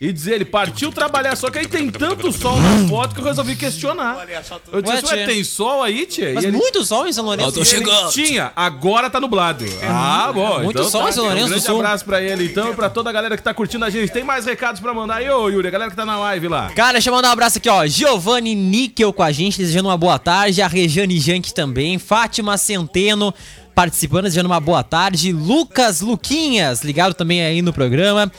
[SPEAKER 2] e diz ele partiu trabalhar, só que aí tem tanto sol na foto que eu resolvi questionar. Eu disse,
[SPEAKER 1] Ué,
[SPEAKER 2] ué,
[SPEAKER 1] tchê.
[SPEAKER 2] tem sol aí, tia?
[SPEAKER 1] Mas muito sol em São Lourenço.
[SPEAKER 4] Eu tô chegando.
[SPEAKER 2] Tinha, agora tá nublado. Ah, bom.
[SPEAKER 1] Muito sol em São
[SPEAKER 2] Um
[SPEAKER 1] Lourenço do
[SPEAKER 2] grande
[SPEAKER 1] Sul.
[SPEAKER 2] abraço pra ele, então, e pra toda a galera que tá curtindo a gente. Tem mais recados pra mandar aí, ô Yuri, a galera que tá na live lá.
[SPEAKER 1] Cara, chamando um abraço aqui, ó. Giovanni Níquel com a gente, desejando uma boa tarde. A Rejane Jank também. Fátima Centeno participando, desejando uma boa tarde. Lucas Luquinhas, ligado também aí no programa.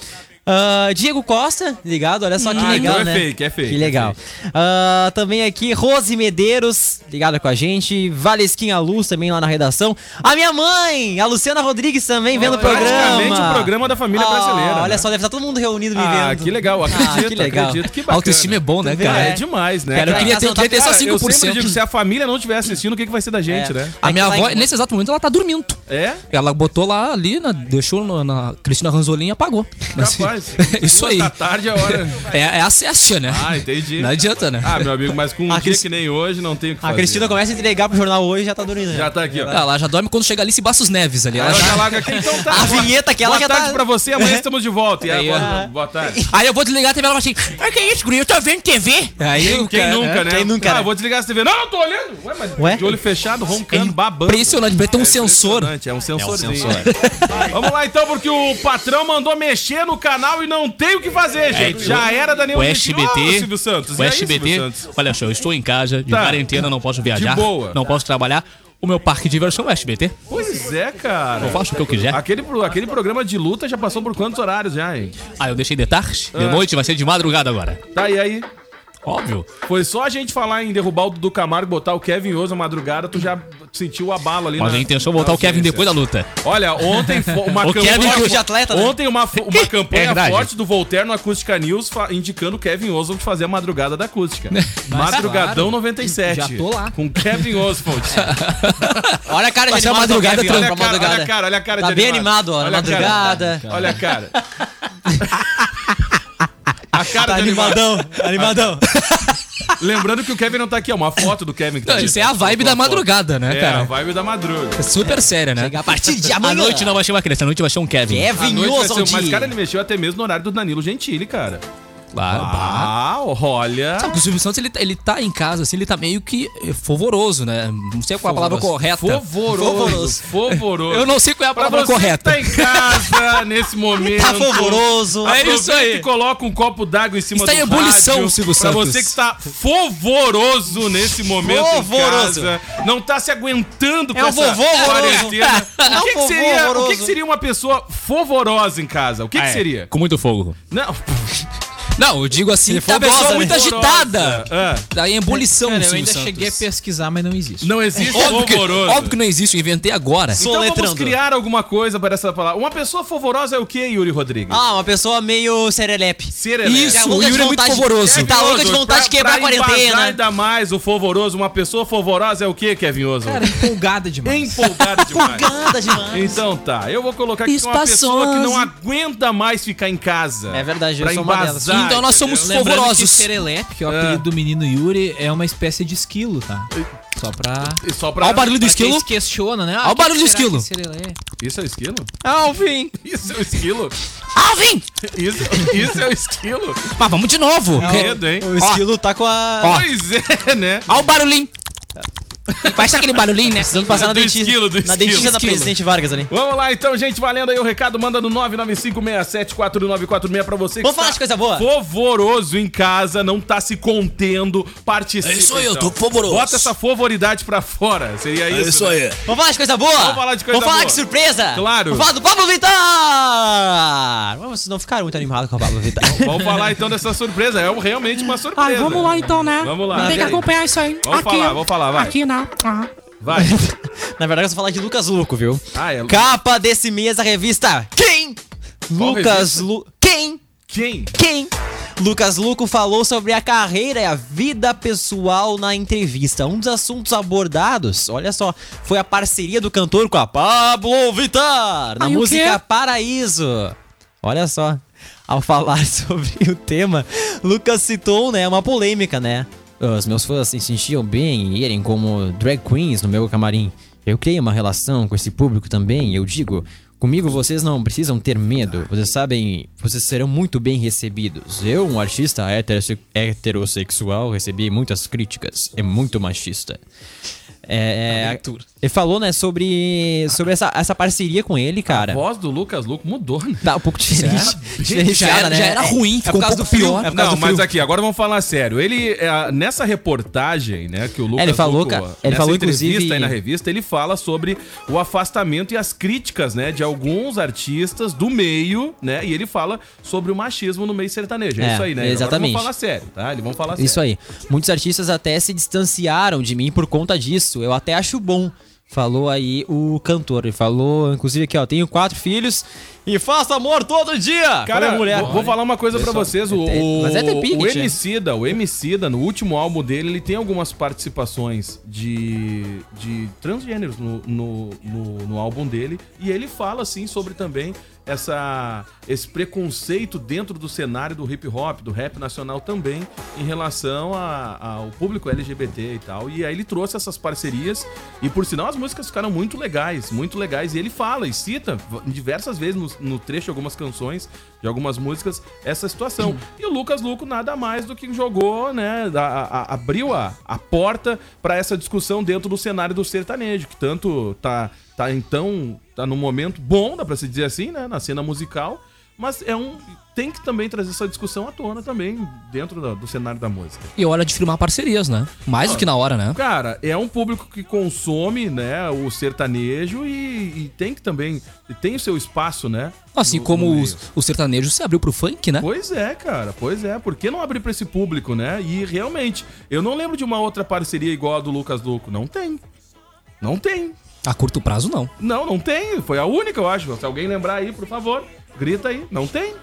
[SPEAKER 1] Ah, Diego Costa, ligado? Olha só que
[SPEAKER 2] Ah,
[SPEAKER 1] legal,
[SPEAKER 2] então é
[SPEAKER 1] né?
[SPEAKER 2] fake, é fake,
[SPEAKER 1] Que
[SPEAKER 2] é
[SPEAKER 1] legal. Ah, também aqui, Rose Medeiros, ligada com a gente. Valesquinha Luz também lá na redação. A minha mãe, a Luciana Rodrigues também vendo o programa.
[SPEAKER 2] Praticamente o programa da família
[SPEAKER 1] Ah,
[SPEAKER 2] brasileira,
[SPEAKER 1] Olha
[SPEAKER 2] né?
[SPEAKER 1] só, deve estar todo mundo reunido me
[SPEAKER 2] Ah,
[SPEAKER 1] vendo.
[SPEAKER 2] que legal, acredito,
[SPEAKER 1] que legal.
[SPEAKER 2] acredito. Que bacana.
[SPEAKER 4] Autoestima é bom, né,
[SPEAKER 2] Cara, é
[SPEAKER 4] cara?
[SPEAKER 2] demais, né?
[SPEAKER 4] Cara, eu queria
[SPEAKER 3] tá
[SPEAKER 4] ter, eu queria ter é só
[SPEAKER 2] Cara, eu sempre
[SPEAKER 4] 5%.
[SPEAKER 2] digo, se a família não estiver assistindo, o que, que vai ser da gente, né?
[SPEAKER 4] A minha
[SPEAKER 1] É que lá
[SPEAKER 4] avó,
[SPEAKER 1] em-
[SPEAKER 4] nesse exato momento, ela tá dormindo.
[SPEAKER 2] É?
[SPEAKER 4] Ela botou lá ali, na- deixou na, na Cristina Ranzolin e apagou.
[SPEAKER 1] Assim,
[SPEAKER 4] Mas-
[SPEAKER 2] Capaz.
[SPEAKER 4] isso
[SPEAKER 2] Duas
[SPEAKER 4] aí.
[SPEAKER 2] da tarde é a hora.
[SPEAKER 4] É, é a Céstia, né?
[SPEAKER 2] Ah, entendi.
[SPEAKER 4] Não adianta, né?
[SPEAKER 2] Ah, meu amigo, mas com um
[SPEAKER 1] é A
[SPEAKER 2] dia
[SPEAKER 1] Cris-
[SPEAKER 2] que nem hoje, não tem o que
[SPEAKER 1] A
[SPEAKER 2] fazer.
[SPEAKER 1] Cristina começa a entregar pro jornal hoje e já tá dormindo. né?
[SPEAKER 2] Já tá aqui, ó.
[SPEAKER 4] Ela já dorme quando chega ali se Baços Neves ali. Ela
[SPEAKER 2] Ela
[SPEAKER 4] já-
[SPEAKER 2] já larga aqui, então tá.
[SPEAKER 1] A
[SPEAKER 2] boa-
[SPEAKER 1] vinheta que ela
[SPEAKER 2] Boa
[SPEAKER 1] já
[SPEAKER 2] tarde
[SPEAKER 1] tá...
[SPEAKER 2] pra você, amanhã estamos de volta. E aí, boa, boa tarde.
[SPEAKER 4] Aí eu vou desligar a TV e ela vai assim, ah, que isso, guri, eu tô vendo TV. Aí eu,
[SPEAKER 2] Quem nunca, né?
[SPEAKER 1] Quem nunca,
[SPEAKER 2] Ah,
[SPEAKER 1] né?
[SPEAKER 2] eu vou desligar essa TV. Não, eu tô olhando. Ué, mas
[SPEAKER 1] Ué? É,
[SPEAKER 2] de olho fechado, roncando, babando.
[SPEAKER 4] Impressionante, vai ter um sensor.
[SPEAKER 2] Impressionante, É um sensorzinho. Vamos lá então, porque o patrão mandou mexer no canal e não tem o que fazer, gente. Já era Daniel
[SPEAKER 7] É, O
[SPEAKER 2] Vitinho.
[SPEAKER 7] SBT,
[SPEAKER 2] Ô, Ah, Silvio Santos.
[SPEAKER 7] O
[SPEAKER 2] e aí, Silvio
[SPEAKER 7] SBT,
[SPEAKER 2] Santos?
[SPEAKER 7] olha só, eu estou em casa, de
[SPEAKER 2] Tá.
[SPEAKER 7] quarentena, não posso viajar,
[SPEAKER 2] boa.
[SPEAKER 7] não posso trabalhar. O meu parque de diversão é o SBT.
[SPEAKER 2] Pois é, cara.
[SPEAKER 7] Eu faço o que eu quiser.
[SPEAKER 2] Aquele, pro- aquele programa de luta já passou por quantos horários já, hein?
[SPEAKER 7] Ah, eu deixei de tarde, de noite, vai ser de madrugada agora.
[SPEAKER 2] Tá, e aí?
[SPEAKER 7] Óbvio.
[SPEAKER 2] Foi só a gente falar em derrubar o Dudu Camargo, botar o Kevin Oso na madrugada, tu já sentiu a bala ali
[SPEAKER 7] Mas
[SPEAKER 2] na-
[SPEAKER 7] a intenção é botar
[SPEAKER 2] na
[SPEAKER 7] o Kevin
[SPEAKER 2] ausência.
[SPEAKER 7] depois da luta.
[SPEAKER 2] Olha, ontem fo- uma
[SPEAKER 7] O
[SPEAKER 2] campanha.
[SPEAKER 7] Kevin
[SPEAKER 1] Hoje atleta, né?
[SPEAKER 2] Ontem uma, fo- uma
[SPEAKER 7] É
[SPEAKER 2] campanha
[SPEAKER 7] verdade.
[SPEAKER 2] forte do Voltaire no Acústica News fa- indicando o Kevin Oswald fazer a madrugada da acústica. Madrugadão 97.
[SPEAKER 3] Já tô lá.
[SPEAKER 2] Com Kevin Oswald.
[SPEAKER 1] Olha a cara de
[SPEAKER 4] Passar
[SPEAKER 1] animado
[SPEAKER 4] Então, madrugada
[SPEAKER 1] do Kevin,
[SPEAKER 2] olha,
[SPEAKER 1] pra
[SPEAKER 2] a cara, olha a
[SPEAKER 1] madrugada.
[SPEAKER 2] cara, olha a cara
[SPEAKER 1] Tá bem animado, ó, na
[SPEAKER 2] Olha a cara.
[SPEAKER 1] madrugada.
[SPEAKER 2] olha a cara. A cara
[SPEAKER 1] Tá
[SPEAKER 2] de animado.
[SPEAKER 1] animadão, animadão.
[SPEAKER 2] Lembrando que o Kevin não tá aqui, é uma foto do Kevin que tá
[SPEAKER 4] Não,
[SPEAKER 2] aqui.
[SPEAKER 4] isso é a vibe da madrugada, né,
[SPEAKER 2] É, a
[SPEAKER 4] cara?
[SPEAKER 2] vibe da madruga.
[SPEAKER 4] É super séria, né?
[SPEAKER 1] A partir de
[SPEAKER 7] A
[SPEAKER 1] amanhã.
[SPEAKER 7] noite não vai ser uma criança, a noite vai ser um Kevin.
[SPEAKER 1] É
[SPEAKER 2] A noite vai ser-
[SPEAKER 1] vinhoso,
[SPEAKER 2] Mas, cara,
[SPEAKER 1] cara,
[SPEAKER 2] ele mexeu até mesmo no horário do Danilo Gentili, cara.
[SPEAKER 7] Claro.
[SPEAKER 2] Ah, olha.
[SPEAKER 4] Sabe que o Silvio Santos, ele, tá- ele tá em casa, assim, ele tá meio que eh, fervoroso, né? Não sei qual é a palavra correta.
[SPEAKER 2] Fovoroso. Fovoroso.
[SPEAKER 4] Eu não sei qual é a
[SPEAKER 2] Pra
[SPEAKER 4] palavra
[SPEAKER 2] você
[SPEAKER 4] correta.
[SPEAKER 2] que tá em casa nesse momento.
[SPEAKER 1] Tá favoroso.
[SPEAKER 2] É isso Ah, aí.
[SPEAKER 4] aí.
[SPEAKER 2] coloca um copo d'água em cima
[SPEAKER 4] Está
[SPEAKER 2] do
[SPEAKER 4] em ebulição,
[SPEAKER 2] rádio.
[SPEAKER 4] Silvio
[SPEAKER 2] Pra
[SPEAKER 4] Santos.
[SPEAKER 2] você que está favoroso nesse momento
[SPEAKER 1] Vovoroso.
[SPEAKER 2] em casa. Não tá se aguentando com
[SPEAKER 1] É um
[SPEAKER 2] essa
[SPEAKER 1] vovô horroroso.
[SPEAKER 2] quarentena.
[SPEAKER 1] É um
[SPEAKER 2] O que, que
[SPEAKER 1] vovô
[SPEAKER 2] seria, o que, que
[SPEAKER 1] horroroso.
[SPEAKER 2] seria uma pessoa favorosa em casa? O que,
[SPEAKER 4] Ah, é.
[SPEAKER 2] que seria?
[SPEAKER 7] Com muito fogo.
[SPEAKER 2] Não,
[SPEAKER 4] Não, eu digo
[SPEAKER 2] é
[SPEAKER 4] assim, tá
[SPEAKER 1] fogosa,
[SPEAKER 4] a pessoa
[SPEAKER 1] né?
[SPEAKER 4] muito
[SPEAKER 2] Favorosa.
[SPEAKER 4] agitada.
[SPEAKER 2] Ah,
[SPEAKER 4] Tá em ebulição,
[SPEAKER 3] Cara, eu
[SPEAKER 4] Silvio
[SPEAKER 3] ainda
[SPEAKER 4] Santos.
[SPEAKER 3] cheguei a pesquisar, mas não existe.
[SPEAKER 2] não existe
[SPEAKER 4] Óbvio que,
[SPEAKER 2] favoroso.
[SPEAKER 4] óbvio que não existe, eu inventei agora.
[SPEAKER 2] Então vamos
[SPEAKER 1] Soletrando.
[SPEAKER 2] criar alguma coisa para essa palavra. Uma pessoa favorosa é o que, Yuri Rodrigues?
[SPEAKER 1] Ah, uma pessoa meio serelepe.
[SPEAKER 2] Ser
[SPEAKER 4] Isso,
[SPEAKER 1] Tá
[SPEAKER 4] o
[SPEAKER 1] louca de
[SPEAKER 4] Yuri é muito
[SPEAKER 1] vontade-
[SPEAKER 4] favoroso.
[SPEAKER 1] Tá louca de
[SPEAKER 2] Ovoroso,
[SPEAKER 1] vontade de
[SPEAKER 2] pra-
[SPEAKER 1] quebrar a
[SPEAKER 2] pra embasar
[SPEAKER 1] quarentena.
[SPEAKER 2] ainda mais o favoroso. Uma pessoa favorosa é o que, Kevin Oso?
[SPEAKER 3] Cara, empolgada demais.
[SPEAKER 2] Empolgado demais.
[SPEAKER 1] Empolgada demais.
[SPEAKER 2] Então tá, eu vou colocar aqui uma
[SPEAKER 4] Espaçosa.
[SPEAKER 2] pessoa que não aguenta mais ficar em casa.
[SPEAKER 1] É verdade, eu
[SPEAKER 2] pra
[SPEAKER 1] sou uma
[SPEAKER 2] embasar,
[SPEAKER 1] delas.
[SPEAKER 4] Então nós somos
[SPEAKER 2] entendeu?
[SPEAKER 3] Lembrando que
[SPEAKER 4] favorosos.
[SPEAKER 3] Serelepe, que é o apelido do menino Yuri, é uma espécie de esquilo, tá? Só pra...
[SPEAKER 2] E Só pra...
[SPEAKER 4] Olha o barulho do
[SPEAKER 3] pra quem
[SPEAKER 4] esquilo.
[SPEAKER 3] se questiona, né? Ah,
[SPEAKER 4] Olha o
[SPEAKER 3] quem
[SPEAKER 4] barulho do
[SPEAKER 3] será
[SPEAKER 4] esquilo.
[SPEAKER 3] que é serelepe?
[SPEAKER 2] Isso é o esquilo?
[SPEAKER 1] Alvin.
[SPEAKER 2] Isso é o esquilo?
[SPEAKER 4] Alvin!
[SPEAKER 2] Isso, isso é o esquilo?
[SPEAKER 4] Mas vamos de
[SPEAKER 1] É
[SPEAKER 4] novo.
[SPEAKER 2] Medo, hein?
[SPEAKER 1] O esquilo tá com a...
[SPEAKER 2] Pois é, né?
[SPEAKER 4] Olha o barulhinho. Faz aquele barulhinho, né?
[SPEAKER 1] Precisando passar tá na
[SPEAKER 7] Do
[SPEAKER 1] dentista.
[SPEAKER 7] esquilo, do
[SPEAKER 1] na
[SPEAKER 7] esquilo.
[SPEAKER 1] dentista da
[SPEAKER 4] Esquilo.
[SPEAKER 1] Presidente Vargas ali.
[SPEAKER 2] Vamos lá então, gente, valendo aí o recado, manda no 995674946 pra você que tá
[SPEAKER 1] Vamos falar de coisa boa?
[SPEAKER 2] Favoroso em casa, não tá se contendo, participa.
[SPEAKER 7] É isso aí, eu
[SPEAKER 2] então.
[SPEAKER 7] tô É favoroso.
[SPEAKER 2] Bota essa favoridade pra fora, seria isso. né?
[SPEAKER 1] Vamos falar de coisa boa?
[SPEAKER 2] Vamos falar de coisa
[SPEAKER 1] Vamos falar
[SPEAKER 2] boa.
[SPEAKER 1] de surpresa?
[SPEAKER 2] Claro.
[SPEAKER 1] Vamos falar do Pablo Vittar! Vamos, vocês não ficaram muito animados com o Pablo Vittar.
[SPEAKER 2] Vamos falar então dessa surpresa, é realmente uma surpresa.
[SPEAKER 6] Ai, vamos lá então, né?
[SPEAKER 2] Vamos lá.
[SPEAKER 7] Tá
[SPEAKER 6] Tem que acompanhar isso aí.
[SPEAKER 2] Vamos
[SPEAKER 6] aqui,
[SPEAKER 2] falar, vamos falar, vai.
[SPEAKER 6] Aqui, né? Ah.
[SPEAKER 2] Vai.
[SPEAKER 1] Na verdade, eu só falar de Lucas Luco, viu?
[SPEAKER 2] Ah, é.
[SPEAKER 1] Capa desse mês a revista Quem? Lucas Lu... Quem?
[SPEAKER 2] Quem?
[SPEAKER 1] Quem? Lucas Luco falou sobre a carreira e a vida pessoal na entrevista. Um dos assuntos abordados, olha só, foi a parceria do cantor com a Pablo Vittar na
[SPEAKER 6] Ai, o
[SPEAKER 1] música
[SPEAKER 6] quê?
[SPEAKER 1] Paraíso. Olha só, ao falar sobre o tema, Lucas citou, né, uma polêmica, né? Os meus fãs se sentiam bem em irem como drag queens no meu camarim. Eu criei uma relação com esse público também, eu digo, comigo vocês não precisam ter
[SPEAKER 4] Ah.
[SPEAKER 1] medo, vocês sabem, vocês serão muito bem recebidos. Eu, um artista heterose- heterossexual, recebi muitas críticas, é muito machista. É, é, ele falou, né, sobre, sobre essa, essa parceria com ele, cara.
[SPEAKER 2] A voz do Lucas Luco mudou, né?
[SPEAKER 1] Tá um pouco diferente.
[SPEAKER 4] Já era- já era ruim, ficou um pouco
[SPEAKER 1] frio.
[SPEAKER 4] pior.
[SPEAKER 1] É por causa
[SPEAKER 2] Não,
[SPEAKER 1] do frio.
[SPEAKER 2] mas aqui, agora vamos falar sério. Ele, é, nessa reportagem, né, que o Lucas
[SPEAKER 1] É, ele falou,
[SPEAKER 2] Luco,
[SPEAKER 1] cara,
[SPEAKER 2] nessa
[SPEAKER 1] ele falou,
[SPEAKER 2] entrevista
[SPEAKER 1] inclusive-
[SPEAKER 2] aí na revista, ele fala sobre o afastamento e as críticas, né, de alguns artistas do meio, né, e ele fala sobre o machismo no meio sertanejo. É,
[SPEAKER 1] É,
[SPEAKER 2] isso aí, né? Agora
[SPEAKER 1] exatamente.
[SPEAKER 2] vamos falar sério, tá? Eles vão falar
[SPEAKER 1] Isso
[SPEAKER 2] sério.
[SPEAKER 1] aí. Muitos artistas até se distanciaram de mim por conta disso. Eu até acho bom. Falou aí o cantor. Ele falou, inclusive, aqui, ó, tenho quatro filhos e faço amor todo dia!
[SPEAKER 2] Cara,
[SPEAKER 1] com a mulher.
[SPEAKER 2] Vou, vou falar uma coisa pra vocês. O,
[SPEAKER 1] é-
[SPEAKER 2] o,
[SPEAKER 1] mas é até pique,
[SPEAKER 2] o
[SPEAKER 1] tia.
[SPEAKER 2] Emicida, o Emicida, no último álbum dele, ele tem algumas participações de, de transgêneros no, no, no, no álbum dele. E ele fala, assim, sobre também essa, esse preconceito dentro do cenário do hip hop, do rap nacional também, em relação a- ao público LGBT e tal. E aí ele trouxe essas parcerias. E por sinal, as músicas ficaram muito legais, muito legais. E ele fala e cita v- diversas vezes no, no trecho de algumas canções, de algumas músicas, essa situação. E o Lucas Luco nada mais do que jogou, né? a- a- a- abriu a, a porta para essa discussão dentro do cenário do sertanejo, que tanto tá, tá então. tá num momento bom, dá pra se dizer assim, né? Na cena musical. Mas é um. Tem que também trazer essa discussão à tona também dentro da- do cenário da música.
[SPEAKER 4] E hora de firmar parcerias, né? Mais do que na hora, né?
[SPEAKER 2] Cara, é um público que consome, né, o sertanejo e, e tem que também tem o seu espaço, né?
[SPEAKER 4] Assim
[SPEAKER 2] no- no
[SPEAKER 4] como
[SPEAKER 2] meio.
[SPEAKER 4] os, o sertanejo se abriu pro funk, né?
[SPEAKER 2] Pois é, cara, pois é. Por que não abrir pra esse público, né? E realmente, eu não lembro de uma outra parceria igual a do Lucas Louco. Não tem. Não tem.
[SPEAKER 4] A curto prazo, não.
[SPEAKER 2] Não, não tem. Foi a única, eu acho. Se alguém lembrar aí, por favor, grita aí. Não tem,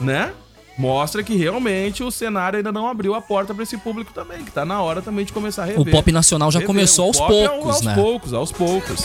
[SPEAKER 2] né? Mostra que realmente o cenário ainda não abriu a porta pra esse público também, que tá na hora também de começar a rever.
[SPEAKER 4] O pop
[SPEAKER 1] Então
[SPEAKER 4] nacional já
[SPEAKER 2] Rever.
[SPEAKER 4] começou
[SPEAKER 2] O
[SPEAKER 4] aos
[SPEAKER 2] pop é um-
[SPEAKER 4] poucos,
[SPEAKER 2] aos
[SPEAKER 4] né?
[SPEAKER 2] poucos, aos poucos.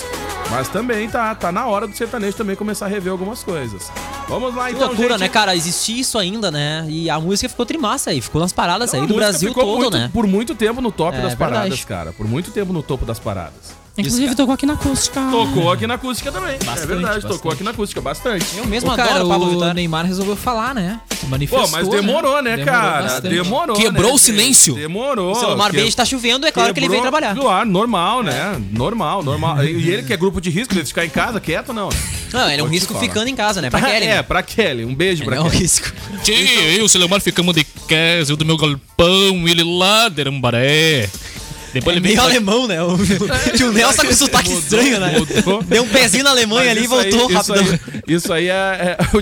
[SPEAKER 2] Mas também tá, tá na hora do sertanejo também começar a rever algumas coisas. Vamos lá
[SPEAKER 1] Que
[SPEAKER 2] então,
[SPEAKER 1] loucura,
[SPEAKER 2] gente.
[SPEAKER 1] né, cara? Existe isso ainda, né? E a música ficou trimassa aí, ficou nas paradas
[SPEAKER 2] Então,
[SPEAKER 1] aí
[SPEAKER 2] a
[SPEAKER 1] do
[SPEAKER 2] música
[SPEAKER 1] Brasil
[SPEAKER 2] ficou
[SPEAKER 1] todo,
[SPEAKER 2] muito-
[SPEAKER 1] né?
[SPEAKER 2] Por muito tempo no top
[SPEAKER 1] É,
[SPEAKER 2] das
[SPEAKER 1] verdade.
[SPEAKER 2] paradas, cara. Por muito tempo no topo das paradas.
[SPEAKER 6] Inclusive, tocou aqui na acústica.
[SPEAKER 2] Tocou aqui na acústica também. é
[SPEAKER 3] Bastante,
[SPEAKER 2] verdade, tocou
[SPEAKER 3] bastante.
[SPEAKER 2] aqui na acústica bastante.
[SPEAKER 1] Eu mesmo
[SPEAKER 3] Ô, cara,
[SPEAKER 1] adoro o
[SPEAKER 3] o
[SPEAKER 1] Pablo Vittar.
[SPEAKER 3] Neymar resolveu falar, né? Se
[SPEAKER 2] Pô,
[SPEAKER 3] manifestou.
[SPEAKER 2] mas demorou, né, cara?
[SPEAKER 3] bastante.
[SPEAKER 2] Demorou.
[SPEAKER 4] Quebrou
[SPEAKER 2] né,
[SPEAKER 4] o
[SPEAKER 2] gente?
[SPEAKER 4] silêncio.
[SPEAKER 2] Demorou.
[SPEAKER 1] Seu Omar
[SPEAKER 2] Que-
[SPEAKER 1] Beijo tá chovendo, é claro que ele veio
[SPEAKER 2] Quebrou
[SPEAKER 1] trabalhar. É.
[SPEAKER 2] Do ar, normal, né? Normal, normal. E ele que é grupo de risco, deve ficar em casa, quieto não. né?
[SPEAKER 1] Não, ele é um
[SPEAKER 2] Vou te
[SPEAKER 1] risco
[SPEAKER 2] falar.
[SPEAKER 1] ficando em casa, né? Pra Kelly,
[SPEAKER 2] É,
[SPEAKER 1] né?
[SPEAKER 2] pra Kelly. Um beijo pra
[SPEAKER 1] É um
[SPEAKER 2] Kelly.
[SPEAKER 1] risco.
[SPEAKER 7] Tchê, eu e o Silemar ficamos de casa, eu do meu galpão, ele lá de Arambaré. Depois
[SPEAKER 4] É
[SPEAKER 1] Ele
[SPEAKER 7] ele veio.
[SPEAKER 1] meio
[SPEAKER 7] pra-
[SPEAKER 1] alemão, né? O tio Nelson tá com sotaque estranho, né?
[SPEAKER 2] mudou.
[SPEAKER 1] Deu um pezinho na Alemanha
[SPEAKER 2] Mas
[SPEAKER 1] ali e
[SPEAKER 2] isso aí-
[SPEAKER 1] voltou
[SPEAKER 2] isso
[SPEAKER 1] rapidão.
[SPEAKER 2] aí- Isso aí é, é o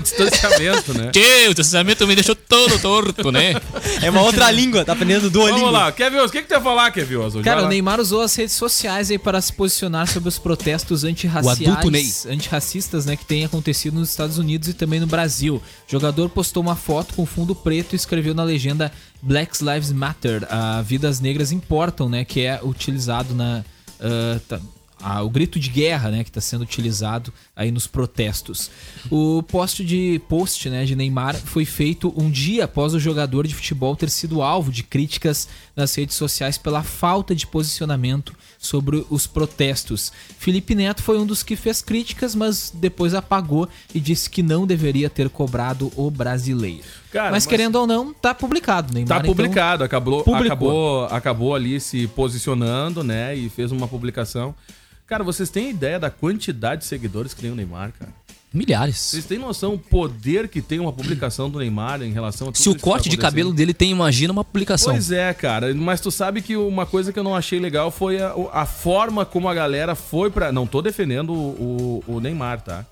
[SPEAKER 2] distanciamento, né?
[SPEAKER 7] Tchê, o distanciamento me deixou todo torto, né?
[SPEAKER 1] É uma outra língua, tá aprendendo do
[SPEAKER 2] Vamos
[SPEAKER 1] Olingo.
[SPEAKER 2] lá, Kevin, Oz, o que, que tu ia falar, Kevin? Oz? Vai
[SPEAKER 3] Cara,
[SPEAKER 2] lá.
[SPEAKER 3] o Neymar usou as redes sociais aí para se posicionar sobre os protestos
[SPEAKER 4] O adulto Ney.
[SPEAKER 3] antirraciais, antirracistas, né, que têm acontecido nos Estados Unidos e também no Brasil. O jogador postou uma foto com fundo preto e escreveu na legenda Black Lives Matter, ah, vidas negras importam, né, que é utilizado na ah, tá- ah, o grito de guerra, né, que está sendo utilizado aí nos protestos. O post de post, né, de Neymar foi feito um dia após o jogador de futebol ter sido alvo de críticas nas redes sociais pela falta de posicionamento
[SPEAKER 8] sobre os protestos. Felipe Neto foi um dos que fez críticas, mas depois apagou e disse que não deveria ter cobrado o brasileiro.
[SPEAKER 2] Cara,
[SPEAKER 8] mas,
[SPEAKER 2] mas-
[SPEAKER 8] querendo ou não, tá publicado, Neymar.
[SPEAKER 2] Tá
[SPEAKER 8] então,
[SPEAKER 2] publicado, acabou,
[SPEAKER 8] publicou.
[SPEAKER 2] acabou, acabou ali se posicionando, né? E fez uma publicação. Cara, vocês têm ideia da quantidade de seguidores que tem o Neymar, cara?
[SPEAKER 4] Milhares.
[SPEAKER 2] Vocês têm noção do poder que tem uma publicação do Neymar em relação a tudo
[SPEAKER 4] Se o
[SPEAKER 2] isso que tá
[SPEAKER 4] corte de cabelo
[SPEAKER 2] acontecendo?
[SPEAKER 4] dele tem, imagina, uma publicação.
[SPEAKER 2] Pois é, cara. Mas tu sabe que uma coisa que eu não achei legal foi a, a forma como a galera foi pra. Não tô defendendo o, o- o Neymar, tá?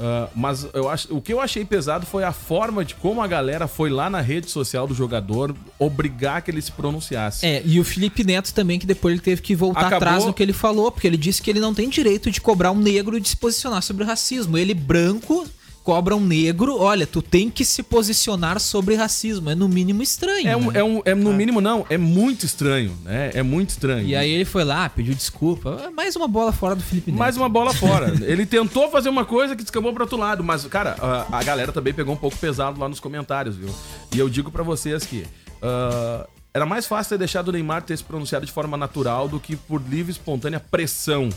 [SPEAKER 2] Ah, mas eu acho, o que eu achei pesado foi a forma de como a galera foi lá na rede social do jogador obrigar que ele se pronunciasse.
[SPEAKER 8] É, e o Felipe Neto também, que depois ele teve que voltar
[SPEAKER 2] Acabou-
[SPEAKER 8] atrás no que ele falou, porque ele disse que ele não tem direito de cobrar um negro de se posicionar sobre racismo. Ele, branco, cobra um negro, olha, tu tem que se posicionar sobre racismo. É no mínimo estranho.
[SPEAKER 2] É, um,
[SPEAKER 8] né?
[SPEAKER 2] é, um, é no mínimo não, é muito estranho, né? É muito estranho.
[SPEAKER 8] E aí ele foi lá, pediu desculpa. É Mais uma bola fora do Felipe Neto.
[SPEAKER 2] Mais uma bola fora. Ele tentou fazer uma coisa que descambou pro outro lado, mas, cara, a, a galera também pegou um pouco pesado lá nos comentários, viu? E eu digo pra vocês que. ah, era mais fácil ter deixado o Neymar ter se pronunciado de forma natural do que por livre e espontânea pressão.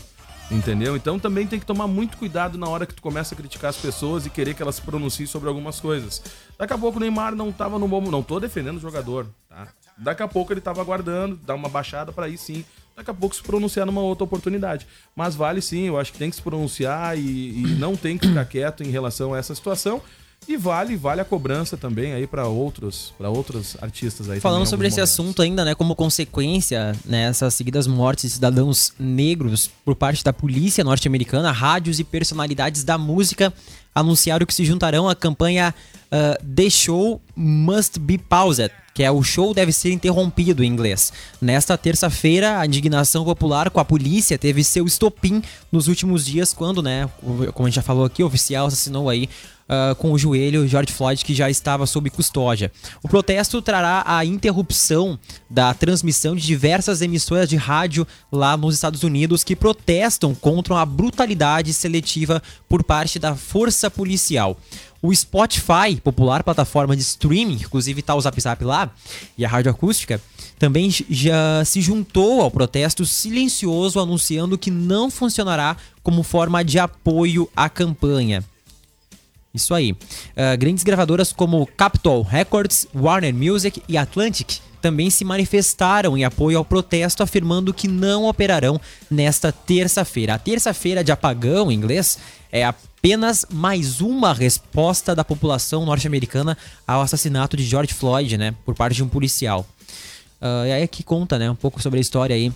[SPEAKER 2] Entendeu? Então também tem que tomar muito cuidado na hora que tu começa a criticar as pessoas e querer que elas se pronunciem sobre algumas coisas. Daqui a pouco o Neymar não tava no bom. Não tô defendendo o jogador, tá? Daqui a pouco ele tava aguardando, dar uma baixada pra aí sim. Daqui a pouco se pronunciar numa outra oportunidade. Mas vale sim, eu acho que tem que se pronunciar e, e não tem que ficar quieto em relação a essa situação. E vale, vale a cobrança também aí pra outros, para outros artistas aí. também,
[SPEAKER 3] Falando
[SPEAKER 2] em
[SPEAKER 3] sobre
[SPEAKER 2] alguns
[SPEAKER 3] esse
[SPEAKER 2] momentos.
[SPEAKER 3] assunto ainda, né, como consequência, né, essas seguidas mortes de cidadãos negros por parte da polícia norte-americana, rádios e personalidades da música anunciaram que se juntarão à campanha ah, The Show Must Be Paused, que é o show deve ser interrompido em inglês. Nesta terça-feira, a indignação popular com a polícia teve seu estopim nos últimos dias, quando, né, o- como a gente já falou aqui, o oficial assassinou aí ah, com o joelho George Floyd, que já estava sob custódia. O protesto trará a interrupção da transmissão de diversas emissoras de rádio lá nos Estados Unidos que protestam contra a brutalidade seletiva por parte da força policial. O Spotify, popular plataforma de streaming, inclusive tá o Zap Zap lá, e a rádio acústica, também já se juntou ao protesto silencioso anunciando que não funcionará como forma de apoio à campanha. Isso aí. Ah, grandes gravadoras como Capitol Records, Warner Music e Atlantic também se manifestaram em apoio ao protesto, afirmando que não operarão nesta terça-feira. A terça-feira de apagão, em inglês, é apenas mais uma resposta da população norte-americana ao assassinato de George Floyd, né, por parte de um policial. Ah, e aí é que conta, né, um pouco sobre a história aí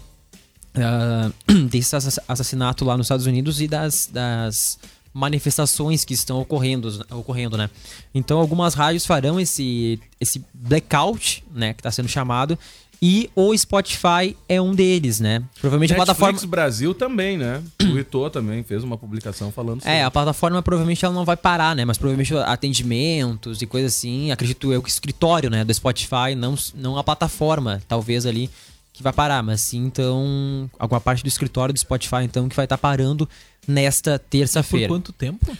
[SPEAKER 3] ah, desse assa- assassinato lá nos Estados Unidos e das, das manifestações que estão ocorrendo, ocorrendo, né? Então algumas rádios farão esse, esse blackout, né, que está sendo chamado, e o Spotify é um deles, né? Provavelmente a
[SPEAKER 2] Netflix
[SPEAKER 3] plataforma
[SPEAKER 2] Brasil também, né? Tweetou também, fez uma publicação falando
[SPEAKER 3] É, a plataforma provavelmente ela não vai parar, né? Mas provavelmente atendimentos e coisa assim, acredito eu que o escritório, né, do Spotify, não, não a plataforma, talvez ali, que vai parar, mas sim, então, alguma parte do escritório do Spotify, então, que vai estar parando nesta
[SPEAKER 8] Por
[SPEAKER 3] terça-feira.
[SPEAKER 8] quanto tempo?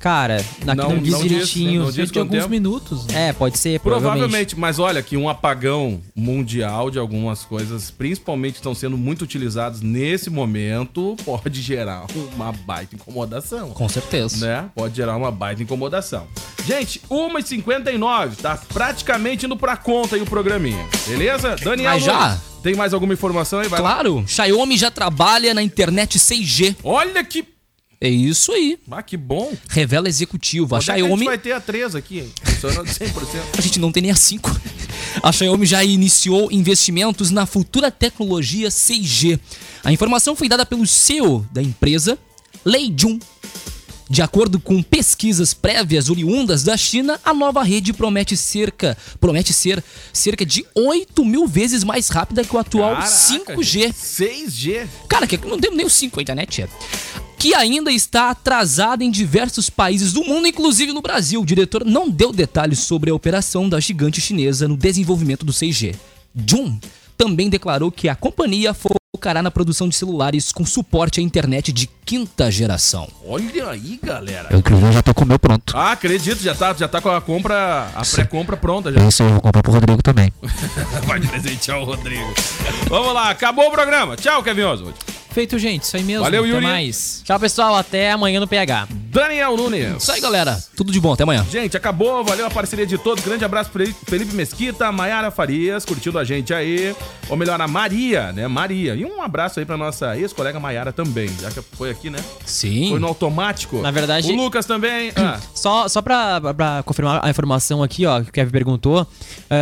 [SPEAKER 3] Cara, aqui não,
[SPEAKER 2] Não-
[SPEAKER 3] diz
[SPEAKER 2] não diz,
[SPEAKER 3] direitinho.
[SPEAKER 2] né? Não diz
[SPEAKER 8] Cerca de
[SPEAKER 2] quanto
[SPEAKER 8] alguns
[SPEAKER 2] tempo.
[SPEAKER 8] minutos. né?
[SPEAKER 3] É, pode ser, provavelmente.
[SPEAKER 2] Provavelmente, mas olha que um apagão mundial de algumas coisas, principalmente estão sendo muito utilizadas nesse momento, pode gerar uma baita incomodação.
[SPEAKER 4] Com certeza.
[SPEAKER 2] Né? Pode gerar uma baita incomodação. Gente, 1h59, tá praticamente indo pra conta aí o programinha. Beleza? Daniel,
[SPEAKER 4] Mas já?
[SPEAKER 2] Nunes, tem mais alguma informação aí? Vai lá.
[SPEAKER 4] Claro, Xiaomi já trabalha na internet 6G.
[SPEAKER 2] Olha que.
[SPEAKER 4] É isso aí.
[SPEAKER 2] Ah, que bom.
[SPEAKER 4] Revela executivo. A
[SPEAKER 2] Onde é que a gente
[SPEAKER 4] Xiaomi
[SPEAKER 2] vai ter a 3 aqui, hein? Funciona 100%.
[SPEAKER 4] A gente não tem nem a 5. A Xiaomi já iniciou investimentos na futura tecnologia 6G. A informação foi dada pelo CEO da empresa, Lei Jun. De acordo com pesquisas prévias oriundas da China, a nova rede promete cerca, promete ser cerca de 8 mil vezes mais rápida que o atual
[SPEAKER 2] Caraca,
[SPEAKER 4] 5G.
[SPEAKER 2] gente, 6G.
[SPEAKER 4] Cara, que não deu nem os 5 a internet, é. Que ainda está atrasada em diversos países do mundo, inclusive no Brasil. O diretor não deu detalhes sobre a operação da gigante chinesa no desenvolvimento do 6G. Jun também declarou que a companhia foi focará na produção de celulares com suporte à internet de quinta geração.
[SPEAKER 2] Olha aí, galera.
[SPEAKER 4] Eu, inclusive, já tô com o meu pronto.
[SPEAKER 2] Ah, acredito, já tá, já tá com a compra, a pré-compra pronta já.
[SPEAKER 4] Esse eu vou comprar pro Rodrigo também.
[SPEAKER 2] Vai presentear o Rodrigo. Vamos lá, acabou o programa. Tchau, Kevin Oswald.
[SPEAKER 9] Feito, gente. Isso aí mesmo.
[SPEAKER 2] Valeu,
[SPEAKER 9] Até
[SPEAKER 2] Yuri.
[SPEAKER 9] mais.
[SPEAKER 3] Tchau, pessoal. Até amanhã no PH.
[SPEAKER 2] Daniel Nunes.
[SPEAKER 4] Isso aí, galera. Tudo de bom. Até amanhã.
[SPEAKER 2] Gente, acabou. Valeu a parceria de todos. Grande abraço pro Felipe Mesquita, Maiara Farias, curtindo a gente aí. Ou melhor, a Maria, né? Maria. E um abraço aí pra nossa ex-colega Maiara também, já que foi aqui, né? Foi
[SPEAKER 4] Sim.
[SPEAKER 2] no automático.
[SPEAKER 3] Na verdade-
[SPEAKER 2] O Lucas também. Ah,
[SPEAKER 3] Só, só pra, pra confirmar a informação aqui, ó, que o Kevin perguntou.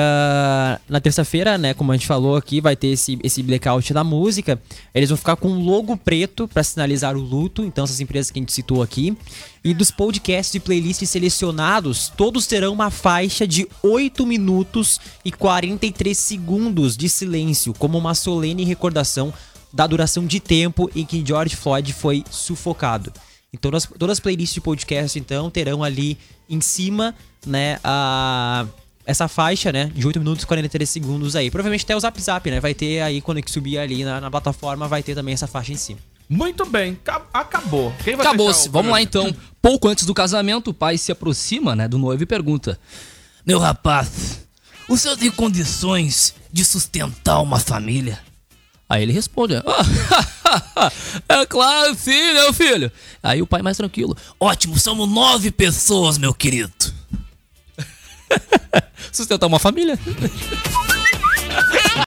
[SPEAKER 3] ah, na terça-feira, né, como a gente falou aqui, vai ter esse, esse blackout da música. Eles vão ficar com um logo preto pra sinalizar o luto. Então, essas empresas que a gente citou aqui. E dos podcasts e playlists selecionados, todos terão uma faixa de 8 minutos e 43 segundos de silêncio, como uma solene recordação da duração de tempo em que George Floyd foi sufocado. Então, todas, todas as playlists de podcast, então, terão ali em cima, né, a, essa faixa, né, de 8 minutos e 43 segundos aí. Provavelmente até o Zap Zap, né, vai ter aí, quando que subir ali na, na plataforma, vai ter também essa faixa em cima.
[SPEAKER 2] muito bem. Ca- Acabou. Quem vai
[SPEAKER 4] Acabou-se.
[SPEAKER 2] fechar o
[SPEAKER 4] Vamos lá,
[SPEAKER 2] programa?
[SPEAKER 4] então. Pouco antes do casamento, o pai se aproxima, né, do noivo e pergunta: Meu rapaz, o senhor tem condições de sustentar uma família? Aí ele responde: "Ah, É claro, sim, meu filho. Aí o pai mais tranquilo: Ótimo, somos nove pessoas, meu querido. sustentar uma família?